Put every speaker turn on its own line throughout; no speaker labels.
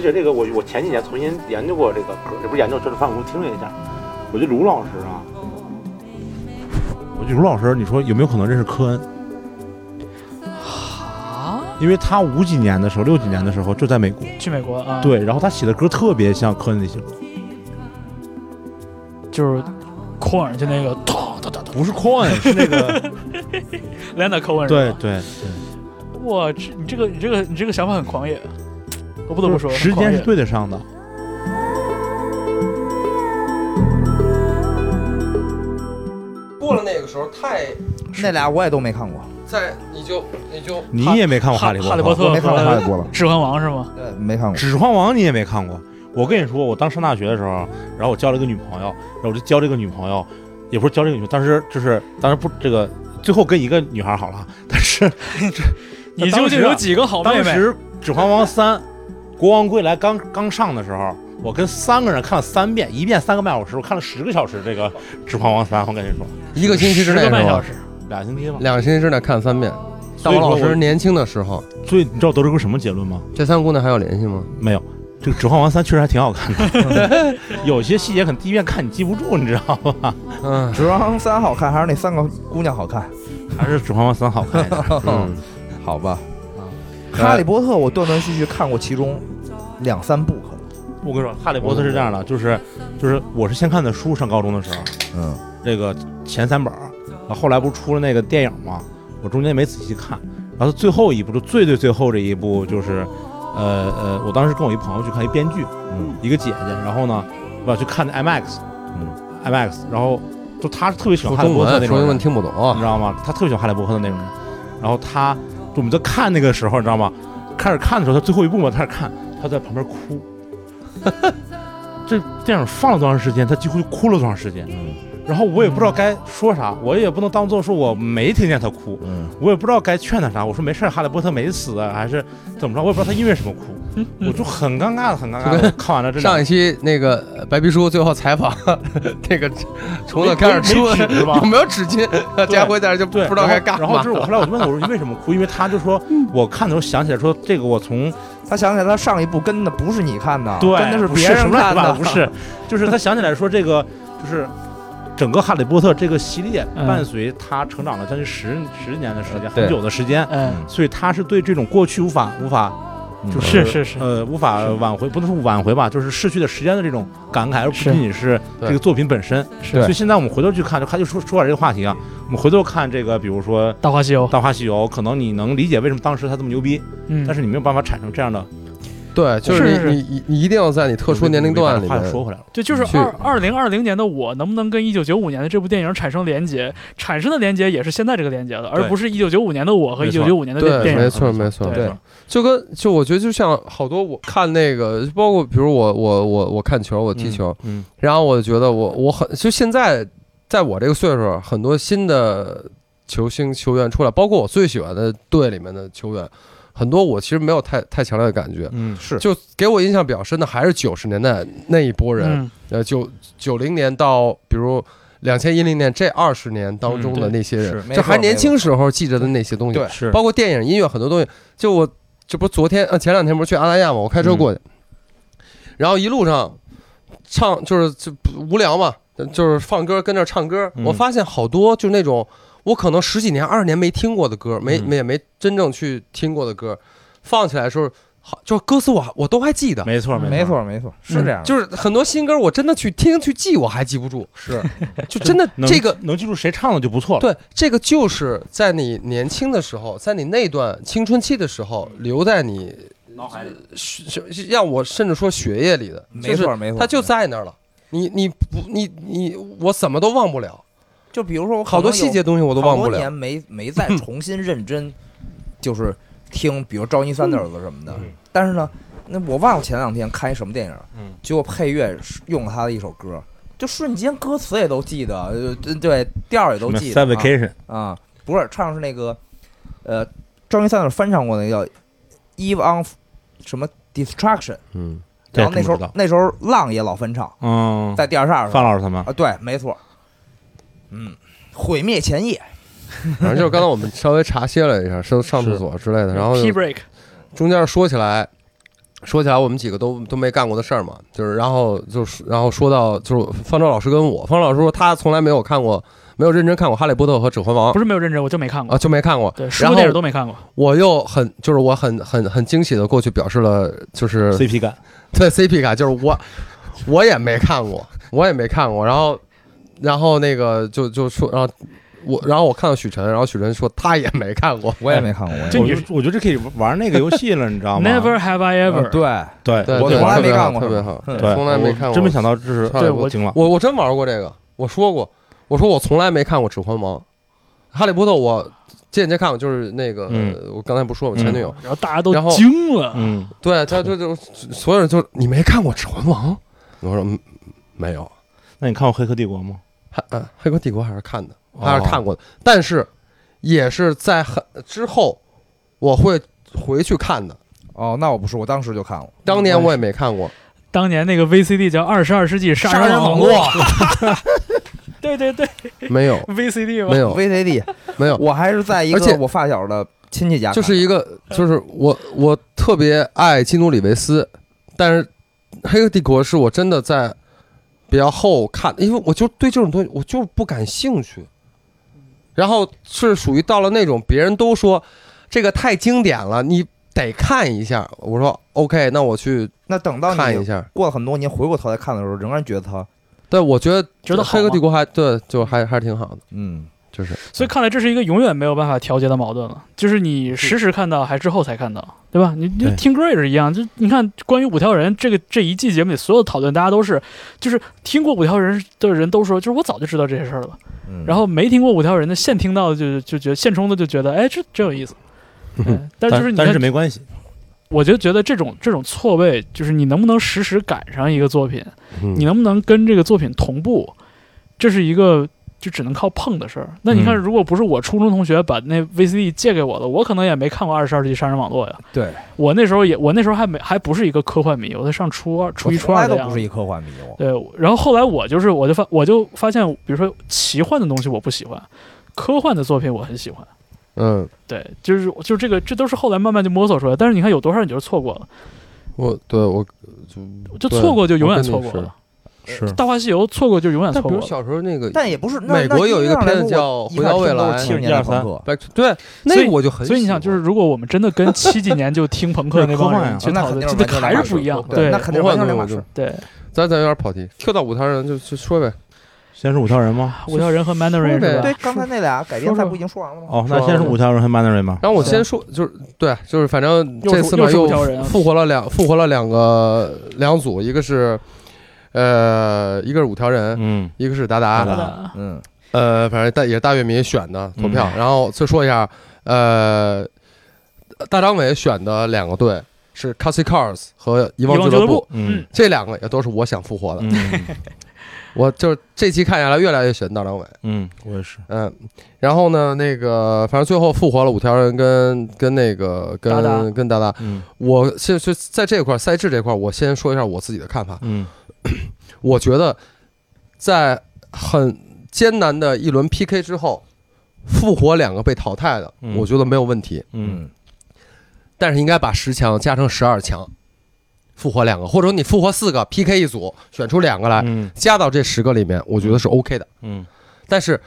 且这个我我前几年重新研究过这个歌，也不是研究，就是放空听了一下。我觉得卢老师啊，
我觉得卢老师，你说有没有可能认识科恩？
啊，
因为他五几年的时候，六几年的时候就在美国，
去美国啊，，
对，然后他写的歌特别像科恩那些歌，
就是科恩，就那
啊
个咚咚咚咚，
不是 Coin，是那个，
连的科 恩，
对，对
哇，这你这个你这个你这个想法很狂野，我不得
对，
不说，
时
很狂
间
野
是，对得上的。
过了那个时候太
那俩我也都没看过，
在，你就你就
你也没看过《哈利波
哈利
特
波》，特
我没看过《
和
哈利波特》
指环王是吗？
对，没看
嗯
《
过。
指环王》你也没看过。我跟你说，我当上大学的时候，然后我交了一个女朋友，然后我就交这个女朋友，也不是交这个女朋友，当时就是当时不这个，最后跟一个女孩好了，但是
你
当
究
时
竟
啊
有几个好哦妹
当
妹？
时《指环王三》国王归来刚刚上的时候，我跟三个人看了三遍，一遍三个半小时，我看了十个小时这个《指环王三》。我跟你说，
一个星期之
十
内
个
是
半小
吧？
时，
俩星期吧。
两个星期之内看三遍。大
所以
王
说
老
我
师，年轻的时候，
所以你知道得出个什么结论吗？
这三姑娘还有联系吗？
没有，这个《指环王三》确实还挺好看 的，有些细节可能第一遍看你记不住，你知道吗？
嗯
《指环王三》好看，还是那三个姑娘好看？
还是《指环王三》好看一点。
嗯，
好吧。
呃
哈利波特》我断断续续看过其中两三部，可能。
我跟你说，《哈利波特》是这样的，就是就是我是先看的书，上高中的时候，
嗯，
这个前三本儿，然后后来不是出了那个电影嘛，我中间没仔细看，然后最后一部就最最最后这一部就是，呃呃，我当时跟我一朋友去看一编剧，
嗯，
一个姐姐，然后呢，我要去看的 IMAX，
嗯
，IMAX，然后就她是特别喜欢
说
哈利
中
波特
文，
那
说
种
英
人
文，听不懂
你知道吗？她特别喜欢哈利波特的那种人，然后她就我们在看那个时候，你知道吗？开始看的时候，她最后一部嘛，开始看，她在旁边哭。 这电影放了多长时间，她几乎就哭了多长时间。
嗯
然后我也不知道该说啥，我也不能当做是我没听见她哭，
嗯，
我也不知道该劝她啥。我说没事儿，哈利波特没死啊，还是怎么着？我也不知道她因为什么哭，我就很尴尬的，很尴尬的。看完了这两
嗯上一期那个呃白皮书最后采访 那个虫子开始出
没没纸吧
有没有纸巾，家辉在这就不
对，
知道该干
然后。然后
嘛
就。是我后来我就问他，我说你为什么哭？因为他就 说，我看的时候想起来说，这个我从
他想起来他上一部跟的不是你看的，
对
跟啊的是
不
别人
什么
看
乱七八
的，
糟不是，就是他想起来说这个就是。整个《哈利波特》这个系列
嗯
伴随他成长了将近十十年的时间，
对
很久的时间，
嗯，
所以他是对这种过去无法无法就是
是是
呃无法挽回，不能说挽回吧，就是逝去的时间的这种感慨，而不
是
仅仅是
对
这个作品本身。
是
所以现在我们回头去看，就看就说说点这个话题啊，我们回头看这个，比如说
大话西游，
《大话西游》，可能你能理解为什么当时他这么牛逼，
嗯，
但是你没有办法产生这样的
对，就是
是
你你你一定要在你特殊年龄段里
话
面
又，说回来了，
对，就是
去
二二零二零年的我，能不能跟一九九五年的这部电影产生连接？产生的连接也是现在这个连接的，而
对
不是一九九五年的我和一
没错
九九五年的
对
电电
没
影。
错没错
对
对，就跟就我觉得就像好多我看那个，包括比如我我我我看球，我踢球，
嗯，
然后我觉得我我很就现在在我这个岁数，很多新的球星球员出来，包括我最喜欢的队里面的球员，很多我其实没有太太强烈的感觉。
嗯，是
就给我印象比较深的还是九十年代那一波人，
嗯，
呃，九九零年到比如两千一零年这二十年当中的
嗯对
那些人，
是
没
就
错
还年轻时候记着的那些东西，
对
是
包括电影、音乐很多东西。就我这不是昨天呃前两天不是去阿那亚嘛，我开车过去，然后一路上唱就是就不无聊嘛，就是放歌跟那儿唱歌。
嗯
我发现好多就那种我可能十几年、二十年没听过的歌，没
嗯
没也没真正去听过的歌，放起来的时候好，就是歌词我我都还记得。
没错
没，错没错，是这样的，
就是很多新歌，我真的去听去记，我还记不住，
是
就真的
能
这个
能记住谁唱的就不错了。
对，这个就是在你年轻的时候，在你那段青春期的时候，留在你
脑海里
学，学让我甚至说血液里的，
没
就是
错没错，
它就在那儿了。你你不你你我怎么都忘不了，
就比如说我可能
好多
有
细节东西我都忘不
好多
了
年。没 没再重新认真，就是听，比如《赵一三的儿子》什么的。
嗯
但是呢，那我忘了前两天看一什么电影，
嗯
结果配乐是用了他的一首歌，就瞬间歌词也都记得，呃对对，调儿也都记得。
三 vacation，
啊啊，不是唱的是那个，呃，赵一三的翻唱过那个叫《Eve on 什么 Destruction》，
嗯，
这
然后那时
真不知
候
道
那时候浪也老翻唱，
嗯，
在第二十二
范老师他们
啊，对，没错，嗯，毁灭前夜。
反正就是刚才我们
嗯
稍微茶歇了一下，上上厕所之类的，然后
啊
T break，
中间说起来，说起来，我们几个都都没干过的事儿嘛，就是然后就是然后说到就是方舟老师跟我，方舟老师说他从来没有看过，没有认真看过《哈利波特》和《指环王
不》是没有认真，我就没看过。
啊，就没看过。
对，书
然后
电影都没看过。
我又很就是我很很很惊喜的过去表示了，就是
，CP 感，
对 CP 卡，就是我我也没看过，我也没看过。然后然后那个就就说，然后我然后我看到许晨，然后许晨说他也没看过，
我也没看过，我也
这
我
没
你
觉我觉得这可以玩那个游戏啊了，你知道吗
Never have I
看过
ever。
嗯对，
对
对，
我
对
从来
特别
没
好
干过
特别好。
嗯
对，
从来没
我
看过
真没想到这是，
对
我
惊了。
我我真玩过这个，我说过，我说我从来没看过《指环王》，《哈利波特》我间接看过，就是那个、
嗯
我刚才不说我前女友，
然后大家都
然后
惊了，
嗯，
对，他就就所有人就你没看过《指环王》，我说嗯没有，
那你看过《黑客帝国》吗？
还嗯，《黑客帝国》还是看的，还是看过的，但是也是在很之后我会回去看的，
哦，那我不是，我当时就看了，
当年我也没看过，
当年那个 VCD 叫《二十二世纪杀人
网
络
络》
对对对
没有
，VCD
没
嘛，
有
VCD，
没 有，
我还是在一
哦而且
个我发小的亲戚家看
就
的，
是一个，就是我我特别爱基努里维斯，但是《黑客帝国》是我真的在比较后看，因为我就对这种东西我就是不感兴趣，然后是属于到了那种别人都说这个太经典了，你得看一下，我说 OK，那我去
那等到
看一
你
下。
过了很多年回过头来看的时候，仍然觉得他，
但我觉得
觉得
《
好
黑客帝
吗？
国》还对，就还还是挺好的，
嗯，
就是
所以看来这是一个永远没有办法调节的矛盾了，就是你时时看到还是后才看到，对吧？你你
对
听歌也是一样，就你看关于五条人这个这一季节目里所有的讨论，大家都是就是听过五条人的人都说，就是我早就知道这些事儿了，
嗯
然后没听过五条人的现听到的就就觉得现冲的就觉得哎这真有意思，嗯但是就是你
但
看
是没关系，
我就觉得这种这种错位，就是你能不能实时赶上一个作品，你
嗯，
能不能跟这个作品同步，这是一个就只能靠碰的事儿。那你看，
嗯
如果不是我初中同学把那 VCD 借给我的，我可能也没看过《二十二世纪杀人网络》呀。
对，
我那时候也，我那时候还没还不是一个科幻迷，我在上初二、初一、
我
初
从
二
来
的
都
样
不
子
是。一科幻迷，我
对，然后后来我就是，我就发，我就发现，比如说奇幻的东西我不喜欢，科幻的作品我很喜欢。
嗯，
对，就是就这个，这都是后来慢慢就摸索出来。但是你看，有多少你就是错过了，
我对我就
就
对
错过就永
我
远
跟你
错过
是
了。
是
《大话西游》错过就永远
但
错过
比如
了。
小时候那个，
但也不是，那
美国
那
有一个
硬来
片子
说
叫
我
回到未来
七十年代
123
朋克，
Back to- 对，
所
那
以
我就很
所以你想，
喜
就
欢
是如果我们真的跟七几年就听朋克那帮人去
啊那
讨
肯
论，
定是
这
完全
还
两
是
码
不一
事
样。
对
对
那肯定
我
完全
感觉
两
我
码
就
事。
对，
咱咱有点跑题，Q 到五条人就就说呗。
先是五条人吗？
五条人和 Mandarin
说呗
是吧？
对，刚才那俩改编
啊说
赛
说
不已经说完了吗？
哦，那先是五条人和 Mandarin 吗？
然后我
对
先说，就是对，就是反正
又是
这次嘛
又是五条人
复活了两复活了两个两组，一个是呃一个是五条人，
嗯，
一个是达
达
达
达。
嗯，
呃，反正大也是大乐迷选的投票。
嗯
然后再说一下，呃，大张伟选的两个队是 c a s i Cars 和遗
遗
忘
忘
俱
俱乐
乐
部
部，，
嗯
这两个也都是我想复活的。
嗯
我就是这期看下来越来越喜欢大张伟。
嗯，我也是。
嗯，然后呢，那个反正最后复活了五条人跟跟那个跟
达达
跟达达，
嗯
我现是在这块儿赛制这块儿，我先说一下我自己的看法。
嗯
我觉得在很艰难的一轮 PK 之后，复活两个被淘汰的，
嗯
我觉得没有问题，
嗯，
但是应该把十强加成十二强，复活两个，或者你复活四个 PK 一组，选出两个来、
嗯
加到这十个里面，我觉得是 OK 的。
嗯
但是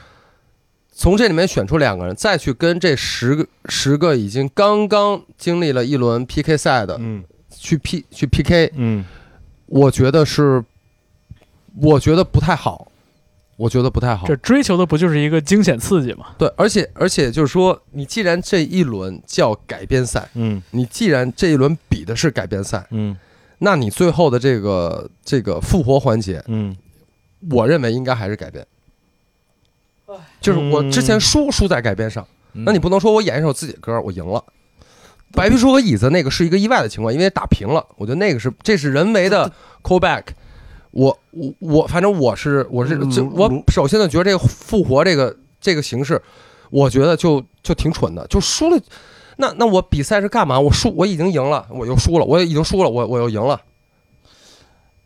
从这里面选出两个人，再去跟这十个十个已经刚刚经历了一轮 PK 赛的
嗯
去 P 去 PK，
嗯
我觉得是，我觉得不太好，我觉得不太好
这。追求的不就是一个惊险刺激吗？
对，而且而且就是说，你既然这一轮叫改编赛，
嗯
你既然这一轮比的是改编赛，
嗯
那你最后的这个这个复活环节，
嗯，
我认为应该还是改编。就是我之前输输在改编上。那
那
你不能说我演一首自己的歌，我赢了。白皮书和椅子那个是一个意外的情况，因为打平了。我觉得那个是这是人为的 callback。我我我，反正我是我是
嗯
就
如
我
如
首先呢觉得这个复活这个这个形式，我觉得就就挺蠢的，就输了。那那我比赛是干嘛？我输我已经赢了，我又输了，我已经输了，我我又赢了。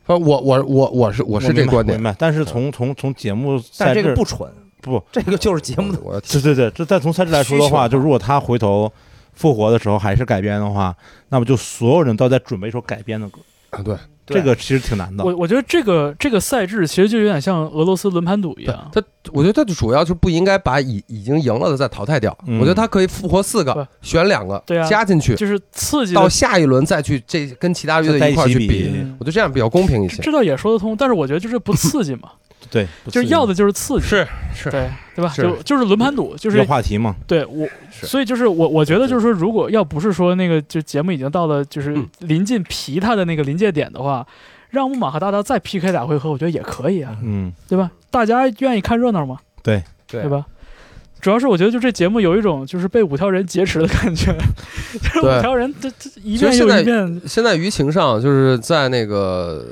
反正我我我我是我
我
是这
明白
观
我
点嗯
明。白，但是从从从节目赛
但
制
这个不蠢，
不，
这个就是节目的
我我
啊
对对对，这但从赛制来说的话，就如果他回头复活的时候还是改编的话，那么就所有人都在准备一首改编的歌，
啊，对，
对
这个其实挺难的。
我我觉得这个这个赛制其实就有点像俄罗斯轮盘赌一
对
样，
他，我觉得他主要就不应该把已已经赢了的再淘汰掉。
嗯
我觉得他可以复活四个
对，
选两个
对啊
加进去，
就是刺激的
到下一轮再去这跟其他
在
乐队
一
一块儿
起
去
比
比。
嗯
我觉得这样比较公平一些。
这倒也说得通，但是我觉得就是不刺激 嘛，
对，
就是要的就是刺激，
是是
对对吧？
是
就就是轮盘赌，就
这
是
个话题嘛，
对我，
是
所以就是我我觉得就是说，如果要不是说那个就节目已经到了就是
嗯
临近皮他的那个临界点的话，让木马和大大再 PK 两回合，我觉得也可以啊，
嗯，
对吧？大家愿意看热闹嘛，
对
对吧？主要是我觉得就这节目有一种就是被五条人劫持的感觉，就是
对
五条人这这一
其实
遍
现
又
在
一遍，
现在舆情上就是在那个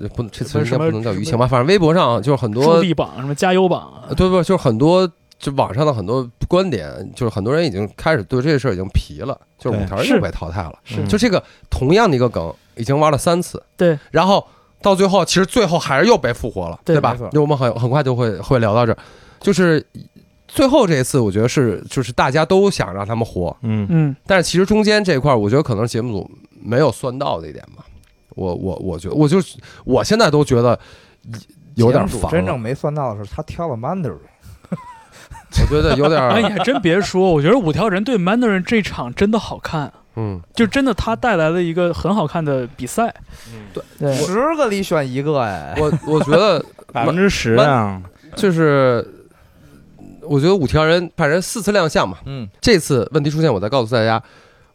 呃不能这词
不是什
应该
么
不能叫舆
什
情吧，反正微博上就是很
助
多
力榜什么加油榜啊，
对不，就是很多就网上的很多观点，就是很多人已经开始对这事儿已经皮了，就是
对
五条人
是
又被淘汰了。
是
嗯
就这个同样的一个梗，已经挖了三次，
对，
然后到最后，其实最后还是又被复活了，
对
对吧
没错？
那我们很很快就会会聊到这儿，就是最后这一次，我觉得是就是大家都想让他们活，
嗯，
嗯，
但是其实中间这一块儿，我觉得可能是节目组没有算到的一点吧。我我我觉得，我就是我现在都觉得有点
节目组
烦
真
了
正没算到的是，他挑了 Mandarin，
我觉得有 点
哎，
儿
你还真别说，我觉得五条人对 Mandarin 这场真的好看，
嗯，
就真的他带来了一个很好看的比赛，
对，
对
十个里选一个，哎，
我我觉得
百分之十啊，
就是，我觉得五条人反正四次亮相嘛，
嗯，
这次问题出现，我再告诉大家，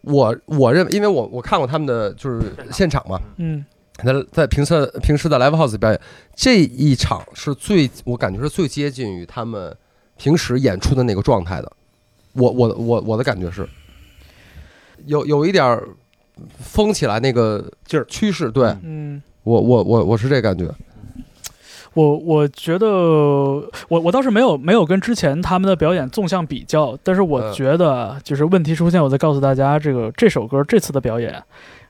我我认为，因为我我看过他们的就是现场嘛，
嗯，
在在平时平时的 live house 表演，这一场是最我感觉是最接近于他们平时演出的那个状态的，我我我我的感觉是，有有一点儿疯起来那个
劲儿
趋势，对
嗯
嗯，
我我我我是这感觉，
我我觉得我我倒是没有没有跟之前他们的表演纵向比较，但是我
嗯
觉得就是问题出现，我再告诉大家这个这首歌这次的表演，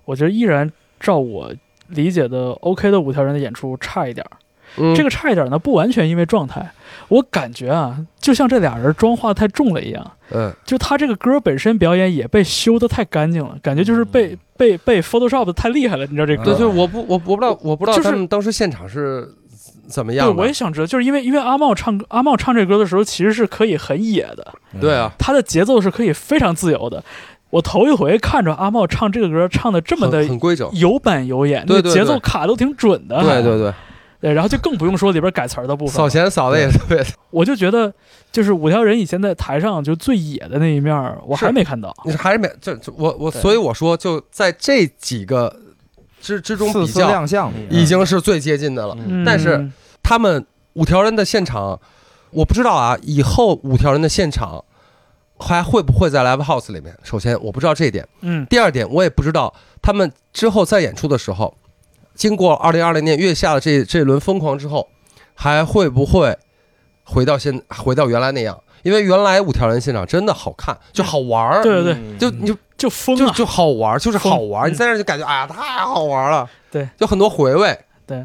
我觉得依然照我理解的 OK 的五条人的演出差一点儿。
嗯，
这个差一点儿呢，不完全因为状态，我感觉啊，就像这俩人妆化太重了一样，
嗯
就他这个歌本身表演也被修得太干净了，感觉就是被、被被 Photoshop 的太厉害了，你知道这歌？
嗯对，就是我不我我不知道我不知道
就是
他们当时现场是怎么
对，
样的，
我也想知道，就是因为因为阿茂唱歌，阿茂唱这歌的时候其实是可以很野的，
对啊，
他的节奏是可以非常自由的。我头一回看着阿茂唱这个歌，唱的这么
很
的
很规整，
有板有眼，
对
那
对
节奏
对
卡都挺准的。
对对对，
对，然后就更不用说里边改词儿的部分
扫
了。
弦扫的也特别，
我就觉得，就是五条人以前在台上就最野的那一面儿，我
是嗯
还没看到。
你还是没这这我我，
对
所以我说就在这几个之之中
四
比
次
较，
亮相里，
已经是最接近的了。
嗯，
但是他们五条人的现场，我不知道啊，以后五条人的现场还会不会在 live house 里面？首先我不知道这一点，
嗯，
第二点我也不知道他们之后再演出的时候，经过二零二零年月下的这这一轮疯狂之后，还会不会回到现回到原来那样？因为原来五条人现场真的好看，就好玩儿，
对对对，
嗯
就你就
就疯
就
了。
就好玩儿，就是好玩儿。
疯嗯
你在这儿就感觉哎呀，太好玩儿了，
对，
就很多回味，
对。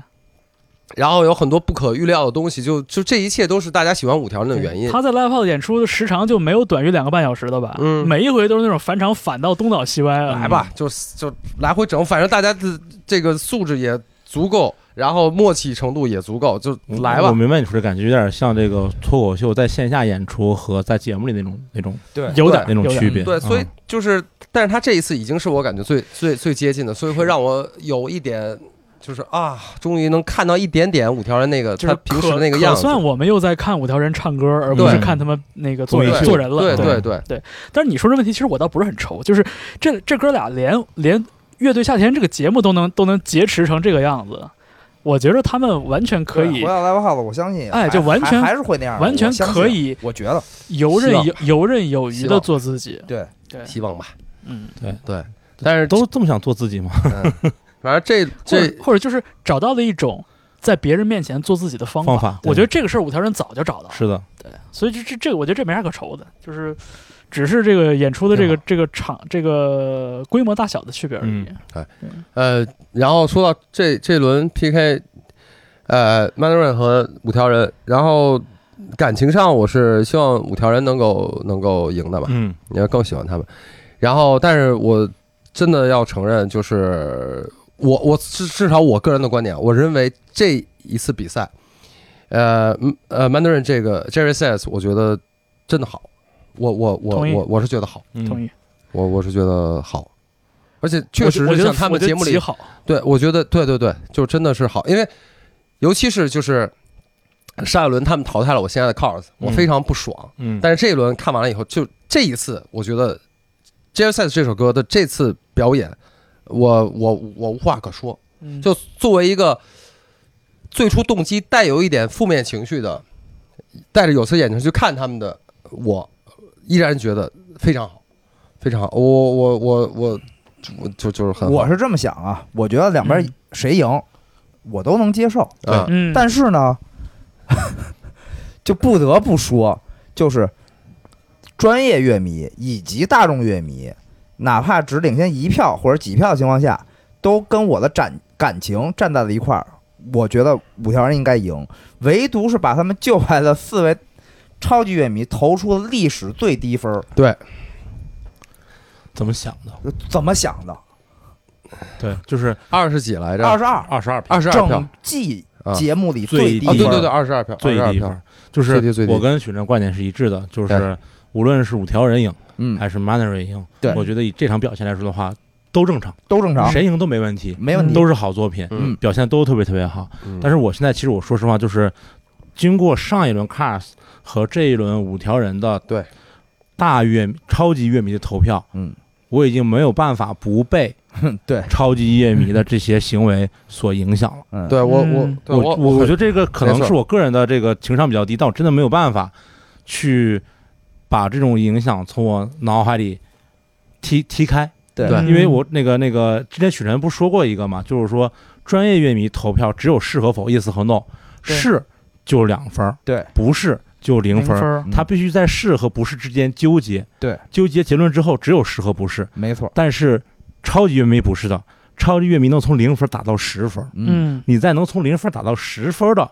然后有很多不可预料的东西，就就这一切都是大家喜欢五条人的原因。
他在 live house 演出的时长就没有短于两个半小时的吧？
嗯
每一回都是那种返场反到东倒西歪啊。
来吧，就就来回整，反正大家的这个素质也足够，然后默契程度也足够，就
嗯
我
来吧
我。明白你说这感觉，有点像这个脱口秀在线下演出和在节目里那种那种
对
有点
那种
有点
区别。
对，所以
嗯
就是，但是他这一次已经是我感觉最最最接近的，所以会让我有一点，就是啊，终于能看到一点点五条人那个
就
他
是
平时
可
的那个样
可
子。
算我们又在看五条人唱歌，而不是
对
看他们那个做
对
人
对
做人了。
对
对
对对，
但是你说这问题，其实我倒不是很愁，就是这这哥俩连连乐队夏天这个节目都能都能劫持成这个样子，我觉得他们完全可以
回，到 Live House，我相信，啊
哎
还
就完全
还还是会那样的，
完全
我相信
可，以
我觉得，
游刃
希望
游游刃有余
希
的
望
做自己。
对，
对，
希望吧。
嗯，
对，但是嗯
都这么想做自己吗？
反正这
或
这
者或者就是找到了一种在别人面前做自己的方法。
方法对
我觉得这个事儿五条人早就找到了，
是的，
所以这这这个我觉得这没啥可愁的，就是只是这个演出的这个这个场这个规模大小的区别而已。
嗯
呃，然后说到这这轮 PK，呃，Mandarin 和五条人，然后感情上我是希望五条人能够能够赢的吧，
嗯，
因为更喜欢他们。然后，但是我真的要承认，就是我我至至少我个人的观点，我认为这一次比赛，呃嗯呃，Mandarin 这个 Jerry says，我觉得真的好，我我我
同意
我我是觉得好，
嗯
同意。
我我是觉得好，而且确实
我
是
觉得
像他
我
们
觉得
节目里
极好，
对，我觉得对对对，就真的是好，因为尤其是就是上一轮他们淘汰了我现在的 Cars，我
嗯
非常不爽。
嗯，
但是这一轮看完了以后，就这一次，我觉得《j a s e 这首歌的这次表演，我我我无话可说。
嗯
就作为一个最初动机带有一点负面情绪的，戴着有色眼镜去看他们的，我依然觉得非常好，非常好。我我我我我就就是很好
我是这么想啊，我觉得两边
嗯
谁赢，我都能接受。
啊
嗯，
但是呢， 就不得不说，就是专业乐迷以及大众乐迷，哪怕只领先一票或者几票的情况下，都跟我的感感情站在了一块儿。我觉得五条人应该赢，唯独是把他们救来的四位超级乐迷投出了历史最低分儿，
对。
怎么想的？
怎么想的？
对，就是
二十几来着？
二十二，
二十二票，
二十二票
整季
啊！
节目里
最低
最低
啊，
分
对
儿
对对，二十二票，
最
22
低
票
分，，就是
最低最低
我跟许晨观点是一致的，就是
对
无论是五条人赢
嗯，
还是 Manner 赢
对，
我觉得以这场表现来说的话，都正常，
都正常，
谁赢都没问题，
没问题。
都是好作品，
嗯
表现都特别特别好。
嗯
但是我现在其实我说实话，就是经过上一轮 Cars 和这一轮五条人的
对
大乐超级乐迷的投票，
嗯，
我已经没有办法不被
对，
超级乐迷的这些行为所影响了。
嗯，
对我我
嗯
对
我
我
我觉得这个可
没
能
错
是我个人的这个情商比较低，但我真的没有办法去把这种影响从我脑海里踢踢开。
对
对
因为我那个那个之前许晨不说过一个嘛，就是说专业乐迷投票只有是和否，yes 和 no，
对
是就两分儿，
对
不是就零分儿。
儿
嗯
他必须在是和不是之间纠结，
对，
纠结结论之后只有是和不是。
没错，
但是超级乐迷不是的，超级乐迷能从零分打到十分，
嗯，
嗯，
你在能从零分打到十分的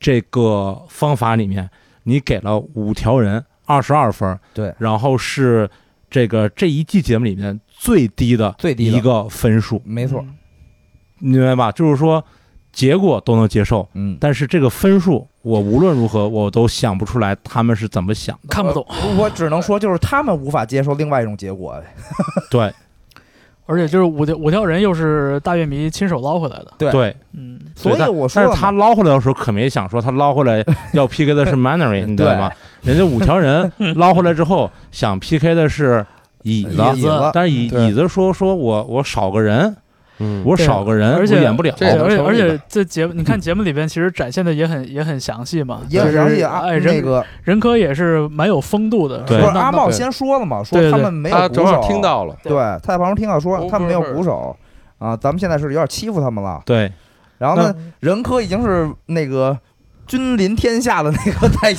这个方法里面，你给了五条人二十二分，
对，
然后是这个这一季节目里面最低的
最低的
一个分数，
没错，
嗯，
你明白吧？就是说结果都能接受，
嗯，
但是这个分数我无论如何我都想不出来他们是怎么想的。
看不懂。
呃
我只能说就是他们无法接受另外一种结果。
对
而且就是五条五条人又是大乐迷亲手捞回来的，
对
对，
嗯，
所以
但
我说
但
了
是他
嘛，
捞回来的时候可没想说他捞回 来要 PK 的是 Mannery，你知道吗？人家五条 人捞回来之后想 PK 的是椅子，
椅子
但是椅
对
椅子说说我我少个人，
嗯
我少个人，
而且
我演不了。
这
对，
也
而且
能
而
成立
且这节目你看节目里边其实展现的也很也很详细嘛，
也很
就
详
是
细啊，
哎，
那
人
个
人科也是蛮有风度的，
不
对
是
说那
阿茂
对
先说了嘛，说
对对
他们没有
他
鼓
正好
手，
啊
听，到了，
对，他在旁边听到说
不
他们没有
不是
鼓手啊，咱们现在是有点欺负他们了。
对，
然后呢，任科已经是那个君临天下的那个在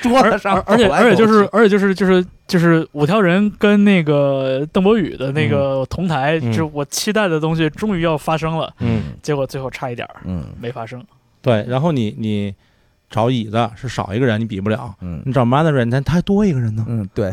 桌
而
子上
而而且
走来
而且就
走
是
去
而且就是就是就是五条人跟那个邓博宇的那个同台，
嗯
就我期待的东西终于要发生了，
嗯
结果最后差一点儿
嗯
没发生。
对，然后你你找椅子是少一个人，你比不了。
嗯
你找 Mandarin，他还多一个人呢，
嗯，对，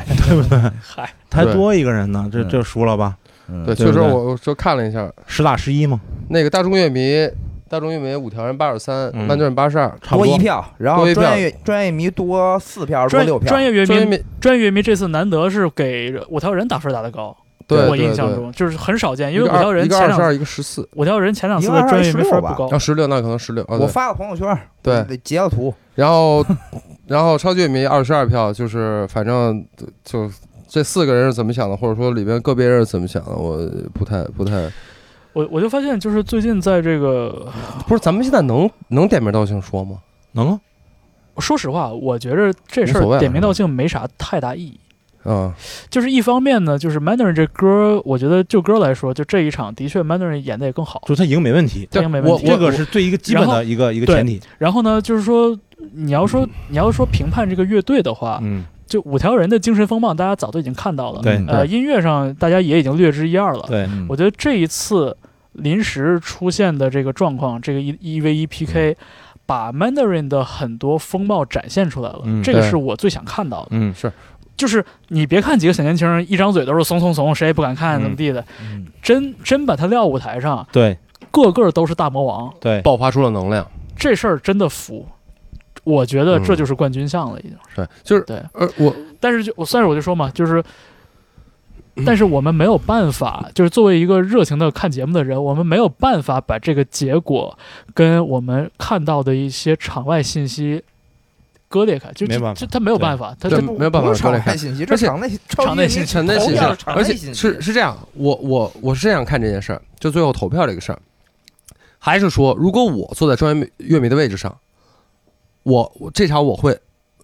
嗨，
他
对
多一个人呢，这
嗯
这输了吧？
嗯
对，
对
确实
对
我我就看了一下，
十打十一嘛，
那个大众乐迷，大众乐迷五条人八十三，
嗯
曼顿八十二，
差不
多一
多。
票，然后
多一票
专业专业迷多四票，多
专
六票，
专业乐
专业
迷
迷
专业乐迷这次难得是给五条人打分打得高，
对，
我
对
印象，
对
中就是很少见，
对
因为
一
五
个
条
二
人
一个
前
二
两
十二，一个十四，
五条人前两次
一个
的
二
专业没
十六
分
吧
不高
然后，十六那可能十六，啊
我
对
发了朋友圈，
对，
得截了图，
然后然后超级乐迷二十二票，就是反正就这四个人是怎么想的，或者说里边个别人是怎么想的，我不太不太
我我就发现就是最近在这个，
不是，咱们现在能能点名道姓说吗？
能啊，
说实话，我觉着这事
无所谓
儿
了
点名道姓没啥太大意义。
啊，
就是一方面呢，就是 Mandarin 这歌，我觉得就歌来说，就这一场的确 Mandarin 演的也更好。
就他赢没问题。
这
对
样没问
我
题
这
我
个是最一个基本
然后
的一个一个
对
前提。
然后呢，就是说你要说你要说评判这个乐队的
啊
话，
嗯，
就五条人的精神风貌，大家早都已经看到了。
对
嗯
呃，音乐上大家也已经略知一二了。
对，
嗯
我觉得这一次临时出现的这个状况，这个一一 v 一 PK，把 Mandarin 的很多风貌展现出来了，
嗯
这个
对
是我最想看到的。
嗯，
就是你别看几个小年轻人一张嘴都是怂怂怂，谁也不敢看怎么地的，
嗯
真真把他撂舞台上，
对
个个都是大魔王，
对，
爆发出了能量。
这事儿真的服。我觉得这就是冠军相了，已经。
对，就是
对，
呃，我
但是就我算是我就说嘛，就是，
嗯
但是我们没有办法，就是作为一个热情的看节目的人，我们没有办法把这个结果跟我们看到的一些场外信息割裂开，就
没
就
办法
就他没有办法，他
对
他
没有办法
不是
说
场
这
外
看
信息，这
而且
场内
场内信息
陈内
同
信息
样是，场
而
内
且
信息
是是这样，我我我是这样看这件事儿，就最后投票这个事儿，还是说，如果我坐在专业乐迷的位置上，我我这场我会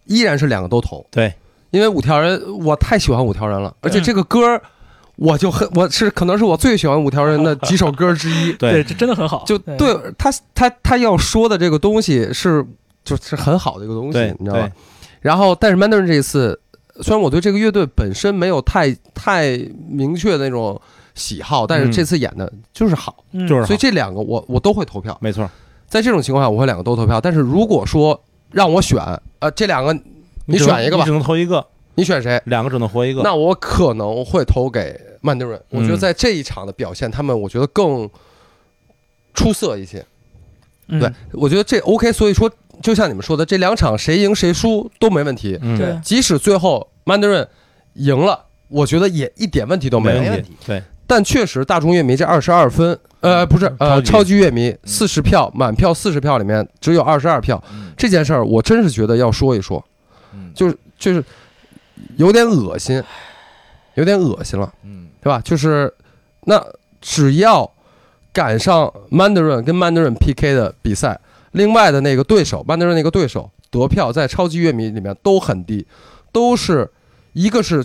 依然是两个都投，
对，
因为五条人我太喜欢五条人了，
嗯
而且这个歌儿我就很我是可能是我最喜欢五条人的几首歌之一，
对
对
这真的很好，
就对他他他要说的这个东西是就是很好的一个东西
对，
你知道吧
对？
然后，但是 Mandarin 这一次，虽然我对这个乐队本身没有太太明确的那种喜好，但是
嗯
这次演的就是好，
嗯
就是
所以
好
这两个我我都会投票。
没错，
在这种情况下，我会两个都投票。但是如果说让我选，呃，这两个你
只能
选一个吧
你只能投一个，
你选谁？
两个只能活一个。
那我可能会投给 Mandarin。我觉得
嗯
在这一场的表现，他们我觉得更出色一些。
嗯
对，我觉得这 OK。所以说，就像你们说的，这两场谁赢谁输都没问题。
嗯，
对
即使最后 Mandarin 赢了，我觉得也一点问题都没有。
没
问
问
题
题。对，
但确实，大众乐迷这二十二分，呃，不是，呃，超
超级
级乐迷四十票，满票四十票里面只有二十二票，
嗯
这件事儿我真是觉得要说一说，
嗯
就是就是有点恶心，有点恶心了，
嗯
对吧？就是那只要赶上 Mandarin 跟 Mandarin PK 的比赛，另外的那个对手 Mandarin 那个对手得票在超级乐迷里面都很低，都是一个是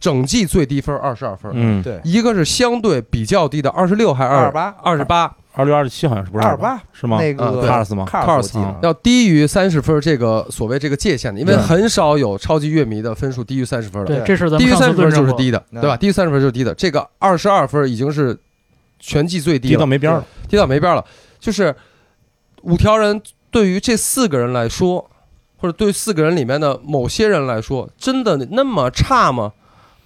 整季最低分二十二分，
嗯，
对
一个是相对比较低的二十六还是
二
二
八
二十八，
二六二十七好像是不是
28
是吗？
那个
嗯对
卡尔斯吗？
卡
尔
尔
斯
斯我记得
要低于三十分这个所谓这个界限的，因为
对
很少有超级乐迷的分数低于三十分的，
对，这事儿咱
低
们
于
上
三
次
十分
论证
就是
过，
低的，
嗯
对吧？低于三十分就是低的，这个二十二分已经是全季最低
低
了
到，没边儿了。
低到没边儿了。就是五条人对于这四个人来说，或者对四个人里面的某些人来说，真的那么差吗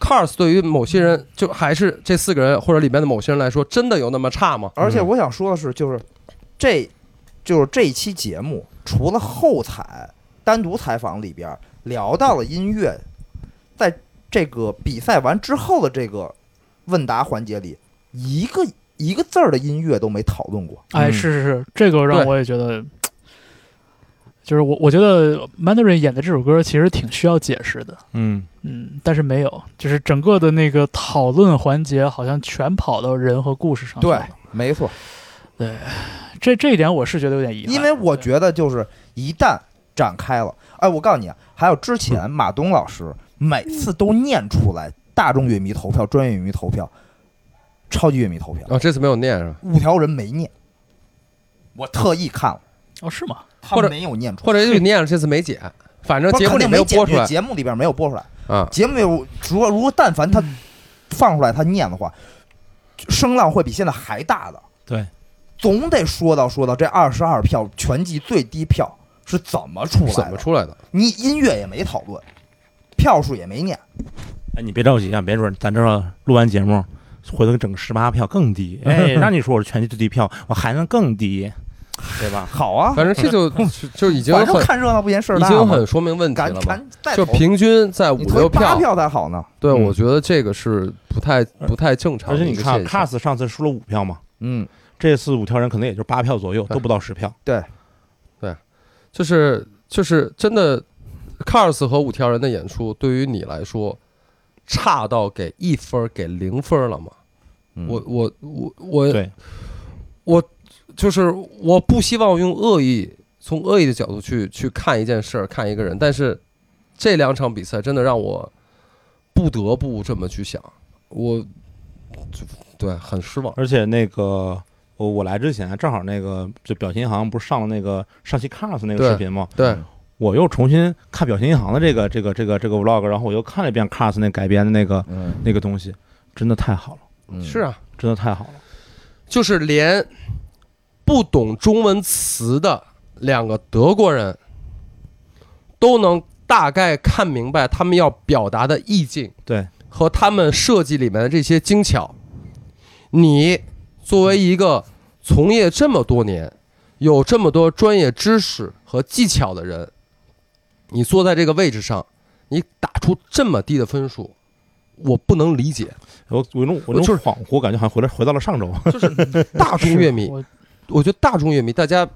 ？Cars 对于某些人，就还是这四个人或者里面的某些人来说，真的有那么差吗？
而且我想说的是，就是这就是这一期节目，除了后采单独采访里边儿聊到了音乐，在这个比赛完之后的这个问答环节里，一个一个字儿的音乐都没讨论过。
哎，
嗯
是是是，这个让
对
我也觉得，就是我我觉得 Mandarin 演的这首歌其实挺需要解释的，
嗯，
嗯，但是没有，就是整个的那个讨论环节好像全跑到人和故事上去
对
了。，
没错，
这这一点我是觉得有点遗憾，
因为我觉得就是一旦展开了，哎，我告诉你啊，还有之前马东老师每次都念出来大众乐迷投票、专业乐迷投票、超级乐迷投票，
啊、这次没有念是吧？
五条人没念，我特意看了，
哦是吗？
他
或者
没有念出来，
或者就念了，这次没剪，反正
不是
节目
肯
里
定
没有
剪
播出
进去
来
节目里边没有播出来。
啊。
节目里有如果如果但凡他放出来他念的话，声浪会比现在还大的。
对，
总得说到说到这二十二票全季最低票是怎么出来的？
怎么出来的？
你音乐也没讨论，票数也没念，
哎，你别着急啊，别准咱这儿录完节目，回头整个十八票更 低。哎，让你说我是全季最低票，我还能更低，对吧？
好啊，
反正这 就就就已经
反正
很
看热闹不嫌事儿
已
大
经
嘛
很说明问题
赶
了嘛。
赶再
就
投
平均在五
你
六
投八
票，
票才好呢。
对
嗯
我觉得这个是不太不太正常
而
的
且
一
你
个
看
现象。
，Cars 上次输了五票嘛，
嗯，
这次五条人可能也就八票左右，都不到十票。
就是就是真的，Cars 和五条人的演出对于你来说，差到给一分儿给零分儿了吗？
嗯
我我我我
对，
就是我不希望用恶意从恶意的角度去去看一件事儿看一个人，但是这两场比赛真的让我不得不这么去想，我就对很失
嗯
望。
而且那个我我来之前啊正好那个就表情银行不是上了那个上期 Cars 那
对
个视频吗？
嗯
对，
我又重新看表情银行的这个这个这个这个 vlog，然后我又看了一遍 Cars 那改编的那个
嗯
那个东西，真的太好了，
嗯
是啊，
真的太好了。
就是连不懂中文词的两个德国人都能大概看明白他们要表达的意境，
对，
和他们设计里面的这些精巧。你作为一个从业这么多年、有这么多专业知识和技巧的人，你坐在这个位置上，你打出这么低的分数，我不能理解。
我我有种我有
就
种
是
恍惚感觉，好像回来回到了上周。
就是大众 乐迷，
我
我觉得大众乐迷大家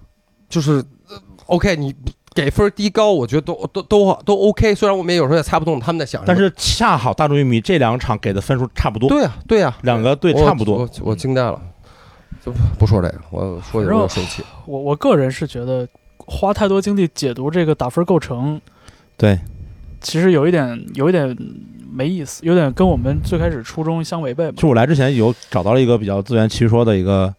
就是、呃 OK，你给分低高，我觉得都都都都 OK。虽然我们也有时候也猜不懂他们在想什么，
但是恰好大众玉米这两场给的分数差不多，
对呀、对呀、
两个队
我
差不
我
多。
我惊呆了，就不不说这个，我说起来我就生气。
我我个人是觉得花太多精力解读这个打分构成，
对，
其实有一点有一点没意思，有点跟我们最开始初衷相违背嘛
就。我来之前有找到了一个比较自圆其说的一个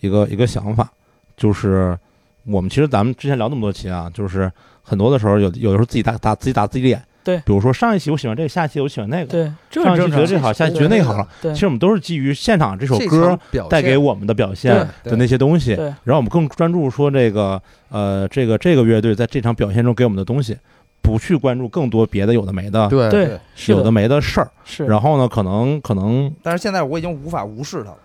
一个一个想法，就是我们其实咱们之前聊那么多期啊，就是很多的时候有有的时候自己打打自己打自己脸。
对
比如说上一期我喜欢这个，下一期我喜欢那个，
对，这
上
很
一
正
期觉得。这
常
好，下一期觉得那个好了。
对
其实我们都是基于现场这首
这
歌
场表
带给
现
我们的表现
对
的那些东西，
对
然后我们更专注说这个呃这个这个乐队在这场表现中给我们的东西，不去关注更多别的有的没的
对
对，是
有的没的事儿。
是。
然后呢，可能可能
但是现在我已经无法无视他了。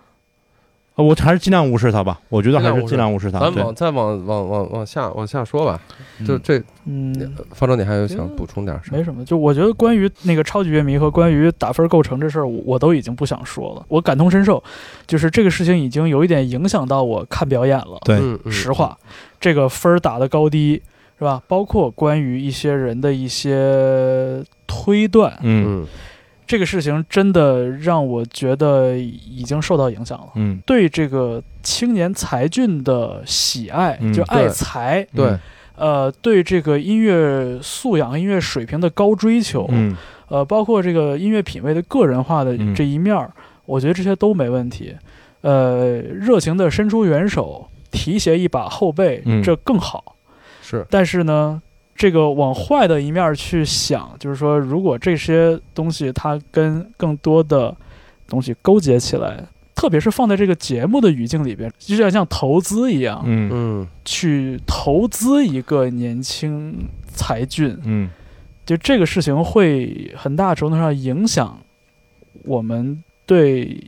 呃我还是尽量无视他吧，我觉得
尽量
还是
无视
尽量无视他。
咱
对
往再往往往往下往下说吧，就
嗯
这，
嗯，
方舟，你还有想补充点什么？
没什么。就我觉得关于那个超级乐迷和关于打分构成这事儿，我我都已经不想说了。我感同身受，就是这个事情已经有一点影响到我看表演了。
对
嗯，嗯
实话，这个分儿打的高低是吧？包括关于一些人的一些推断，
嗯
嗯，
这个事情真的让我觉得已经受到影响了。
嗯，
对这个青年才俊的喜爱，
嗯
就爱
对
才，
对，
呃，对这个音乐素养、音乐水平的高追求，
嗯
呃，包括这个音乐品味的个人化的
嗯
这一面儿，我觉得这些都没问题。呃，热情的伸出援手，提携一把后辈，
嗯
这更好。
是
但是呢，这个往坏的一面儿去想，就是说，如果这些东西它跟更多的东西勾结起来，特别是放在这个节目的语境里边，就像像投资一样，
嗯
嗯，
去投资一个年轻才俊，
嗯
就这个事情会很大程度上影响我们对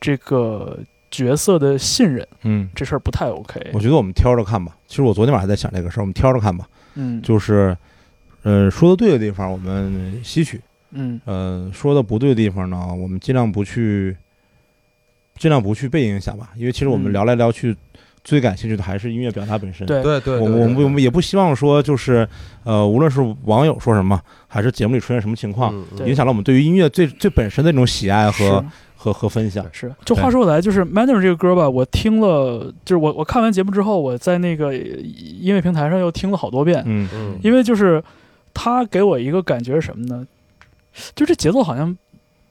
这个角色的信任，
嗯，
这事儿不太 OK
我。觉得我们挑着看吧。其实我昨天晚上还在想这个事儿，我们挑着看吧。
嗯，
就是，呃，说的对的地方我们吸取，
嗯
呃，说的不对的地方呢，我们尽量不去，尽量不去被影响吧。因为其实我们
嗯
聊来聊去，最感兴趣的还是音乐表达本身。
对
对对，
我
对
我们
对
我们也不希望说就是，呃，无论是网友说什么，还是节目里出现什么情况，
嗯嗯
对
影响了我们对于音乐最最本身的那种喜爱和和和分享。
是是。就
哎
话说回来，就是《Manner》这个歌吧，我听了，就是我我看完节目之后，我在那个音乐平台上又听了好多遍，
嗯
嗯，
因为就是他给我一个感觉是什么呢？就这节奏好像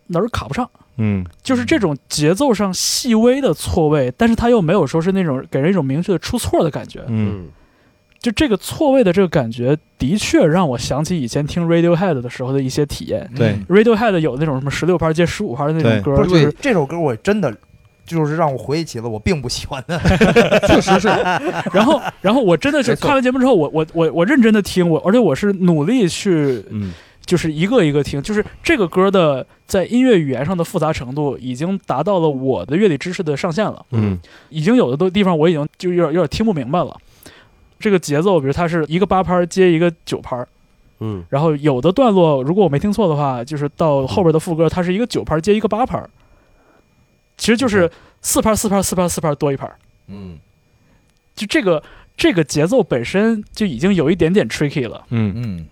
哪儿卡不上。
嗯
就是这种节奏上细微的错位，但是他又没有说是那种给人一种明确的出错的感觉。
嗯
嗯
就这个错位的这个感觉，的确让我想起以前听 Radiohead 的时候的一些体验。
对
嗯
Radiohead 有那种什么十六拍接十五拍的那
对
种歌，
不是
就
对
是
这首歌，我真的就是让我回忆起了我并不喜欢的。
确实是，
然后然后我真的是
没错
看完节目之后，我我我我认真的听，我而且我是努力去
嗯
就是一个一个听，就是这个歌的在音乐语言上的复杂程度已经达到了我的乐理知识的上限了。
嗯
已经有的都地方我已经就有点有点听不明白了。这个节奏，比如它是一个八拍儿接一个九拍儿，
嗯
然后有的段落，如果我没听错的话，就是到后边的副歌，它是一个九拍儿接一个八拍儿，其实就是四拍儿四拍儿四拍儿四拍儿多一拍儿，
嗯
就这个这个节奏本身就已经有一点点 tricky 了。
嗯
嗯，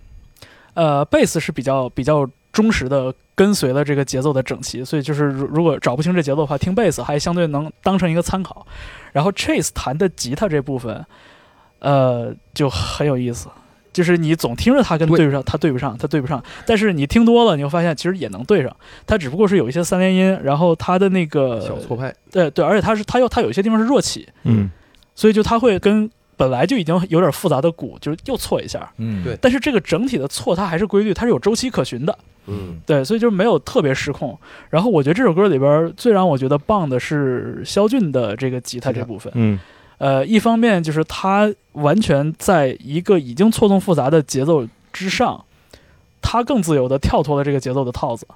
呃，贝斯是比较比较忠实的跟随了这个节奏的整齐，所以就是如如果找不清这节奏的话，听贝斯还相对能当成一个参考。然后 Chase 弹的吉他这部分，呃，就很有意思，就是你总听着他跟
对
对不上，他对不上，他对不上，但是你听多了，你会发现其实也能对上，他只不过是有一些三连音，然后他的那个
小错拍，
对对，而且他是他又他有一些地方是弱起，
嗯
所以就他会跟本来就已经有点复杂的鼓，就是又错一下。
嗯
对
但是这个整体的错它还是规律，它是有周期可循的，
嗯
对，所以就是没有特别失控。然后我觉得这首歌里边儿最让我觉得棒的是肖俊的这个吉他这部分，
嗯
呃，一方面就是他完全在一个已经错综复杂的节奏之上，他更自由的跳脱了这个节奏的套子。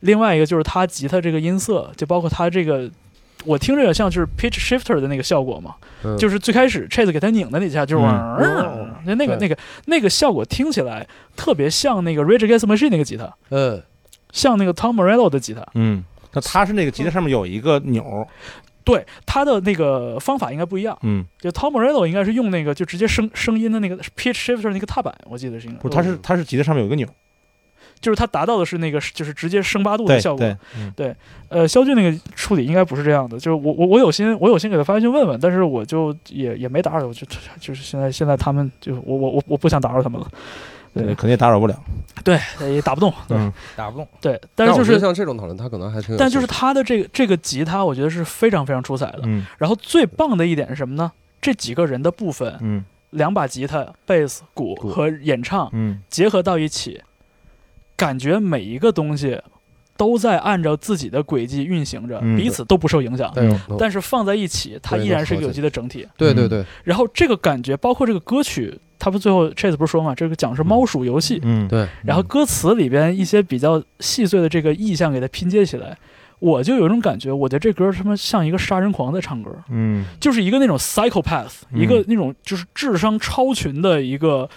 另外一个就是他吉他这个音色，就包括他这个，我听着也像就是 pitch shifter 的那个效果嘛，
嗯
就是最开始 Chase 给他拧的那几下，就是、
嗯
嗯、就那个
对
那个那个效果听起来特别像那个 Rage Against the Machine 那个吉他，
嗯，
像那个 Tom Morello 的吉他。
嗯，那它是那个吉他上面有一个钮儿，
对，他的那个方法应该不一样。
嗯，
就 Tom Morello 应该是用那个就直接声声音的那个 pitch shifter 那个踏板，我记得是应该
不是，它是它是吉他上面有一个钮儿，
就是他达到的是那个就是直接升八度的
对
效果。
对，嗯
呃，肖俊那个处理应该不是这样的，就是我我我有心我有心给他发信问问，但是我就也也没打扰，我就就是现在现在他们就我我我我不想打扰他们了，对
对，肯定也打扰不了，
对，也打不动，对、
嗯
打不动。
对，但是就
我觉得
是
像这种讨论，他可能还挺有
但就是
兴趣
他的这个这个吉他，我觉得是非常非常出彩的。
嗯
然后最棒的一点是什么呢？这几个人的部分，
嗯
两把吉他、贝斯、鼓
鼓
和演唱
嗯，
结合到一起，感觉每一个东西都在按照自己的轨迹运行着，
嗯
彼此都不受影响。
对
嗯
我
但是放在一起，它
对
依
能
然是一
合
个有
起
机的整体。
对对对
然后这个感觉，包括这个歌曲，他们最后 Chase 不是说嘛，这个讲是猫鼠游戏，
嗯，
对，
然后歌词里边一些比较细碎的这个意象给它拼接起来，我就有一种感觉，我觉得这歌他妈像一个杀人狂在唱歌，
嗯
就是一个那种 psychopath，、
嗯
一个那种就是智商超群的一个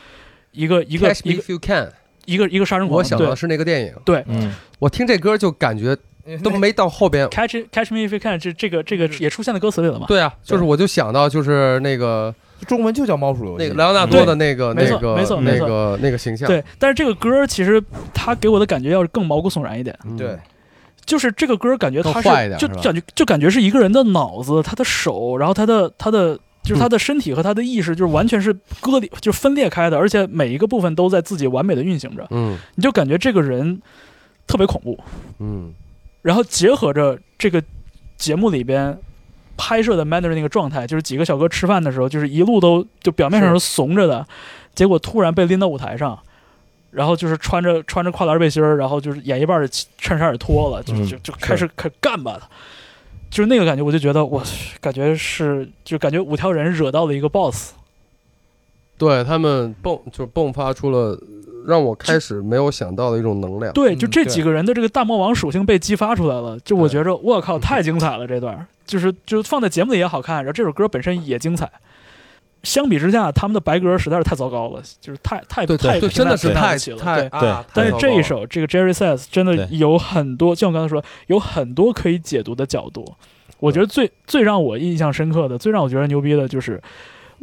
一个一个
Catch me
一个
if you can，
一个一个杀人狂。
我想到
对
的是那个电影，
对
嗯
我听这歌就感觉都没到 后边，
，catch It- catch me if you can，这这个这个也出现在歌词里了嘛？
对啊，就是我就想到就是那个
中文就叫猫鼠游戏，哎
那个莱昂纳多的那个
对
那个
没错没
那
错
个那个形象，
对，但是这个歌其实它给我的感觉要是更毛骨悚然一点。
嗯
对，
就是这个歌感觉他
更坏一
是
点
就是
吧
感觉就感觉是一个人的脑子、他的手，然后他的他的就是他的身体和他的意识，就是完全是割裂，就是分裂开的，而且每一个部分都在自己完美的运行着，
嗯
你就感觉这个人特别恐怖。
嗯
然后结合着这个节目里边拍摄的 Manner 那个状态，就是几个小哥吃饭的时候，就是一路都就表面上是怂着的，结果突然被拎到舞台上，然后就是穿着穿着跨栏背心儿，然后就是演一半的衬衫也脱了，就
嗯
就就开始开始干吧就是那个感觉，我就觉得我感觉是就感觉五条人惹到了一个 boss，
对他们迸就迸发出了让我开始没有想到的一种能量，
对，
嗯
就这
对
几个人的这个大魔王属性被激发出来了，就我
对
觉着我靠太精彩了这段儿，就是就是放在节目里也好看，然后这首歌本身也精彩。相比之下，他们的白歌实在是太糟糕了，就是太太
对
太
对，真的是太
太起了。
太
对
对
啊
但是
太糟糕
这一
了
首这个 Jerry Says 真的
对
有很多，就像我刚才说，有很多可以解读的角度。我觉得最最让我印象深刻的，最让我觉得牛逼的就是。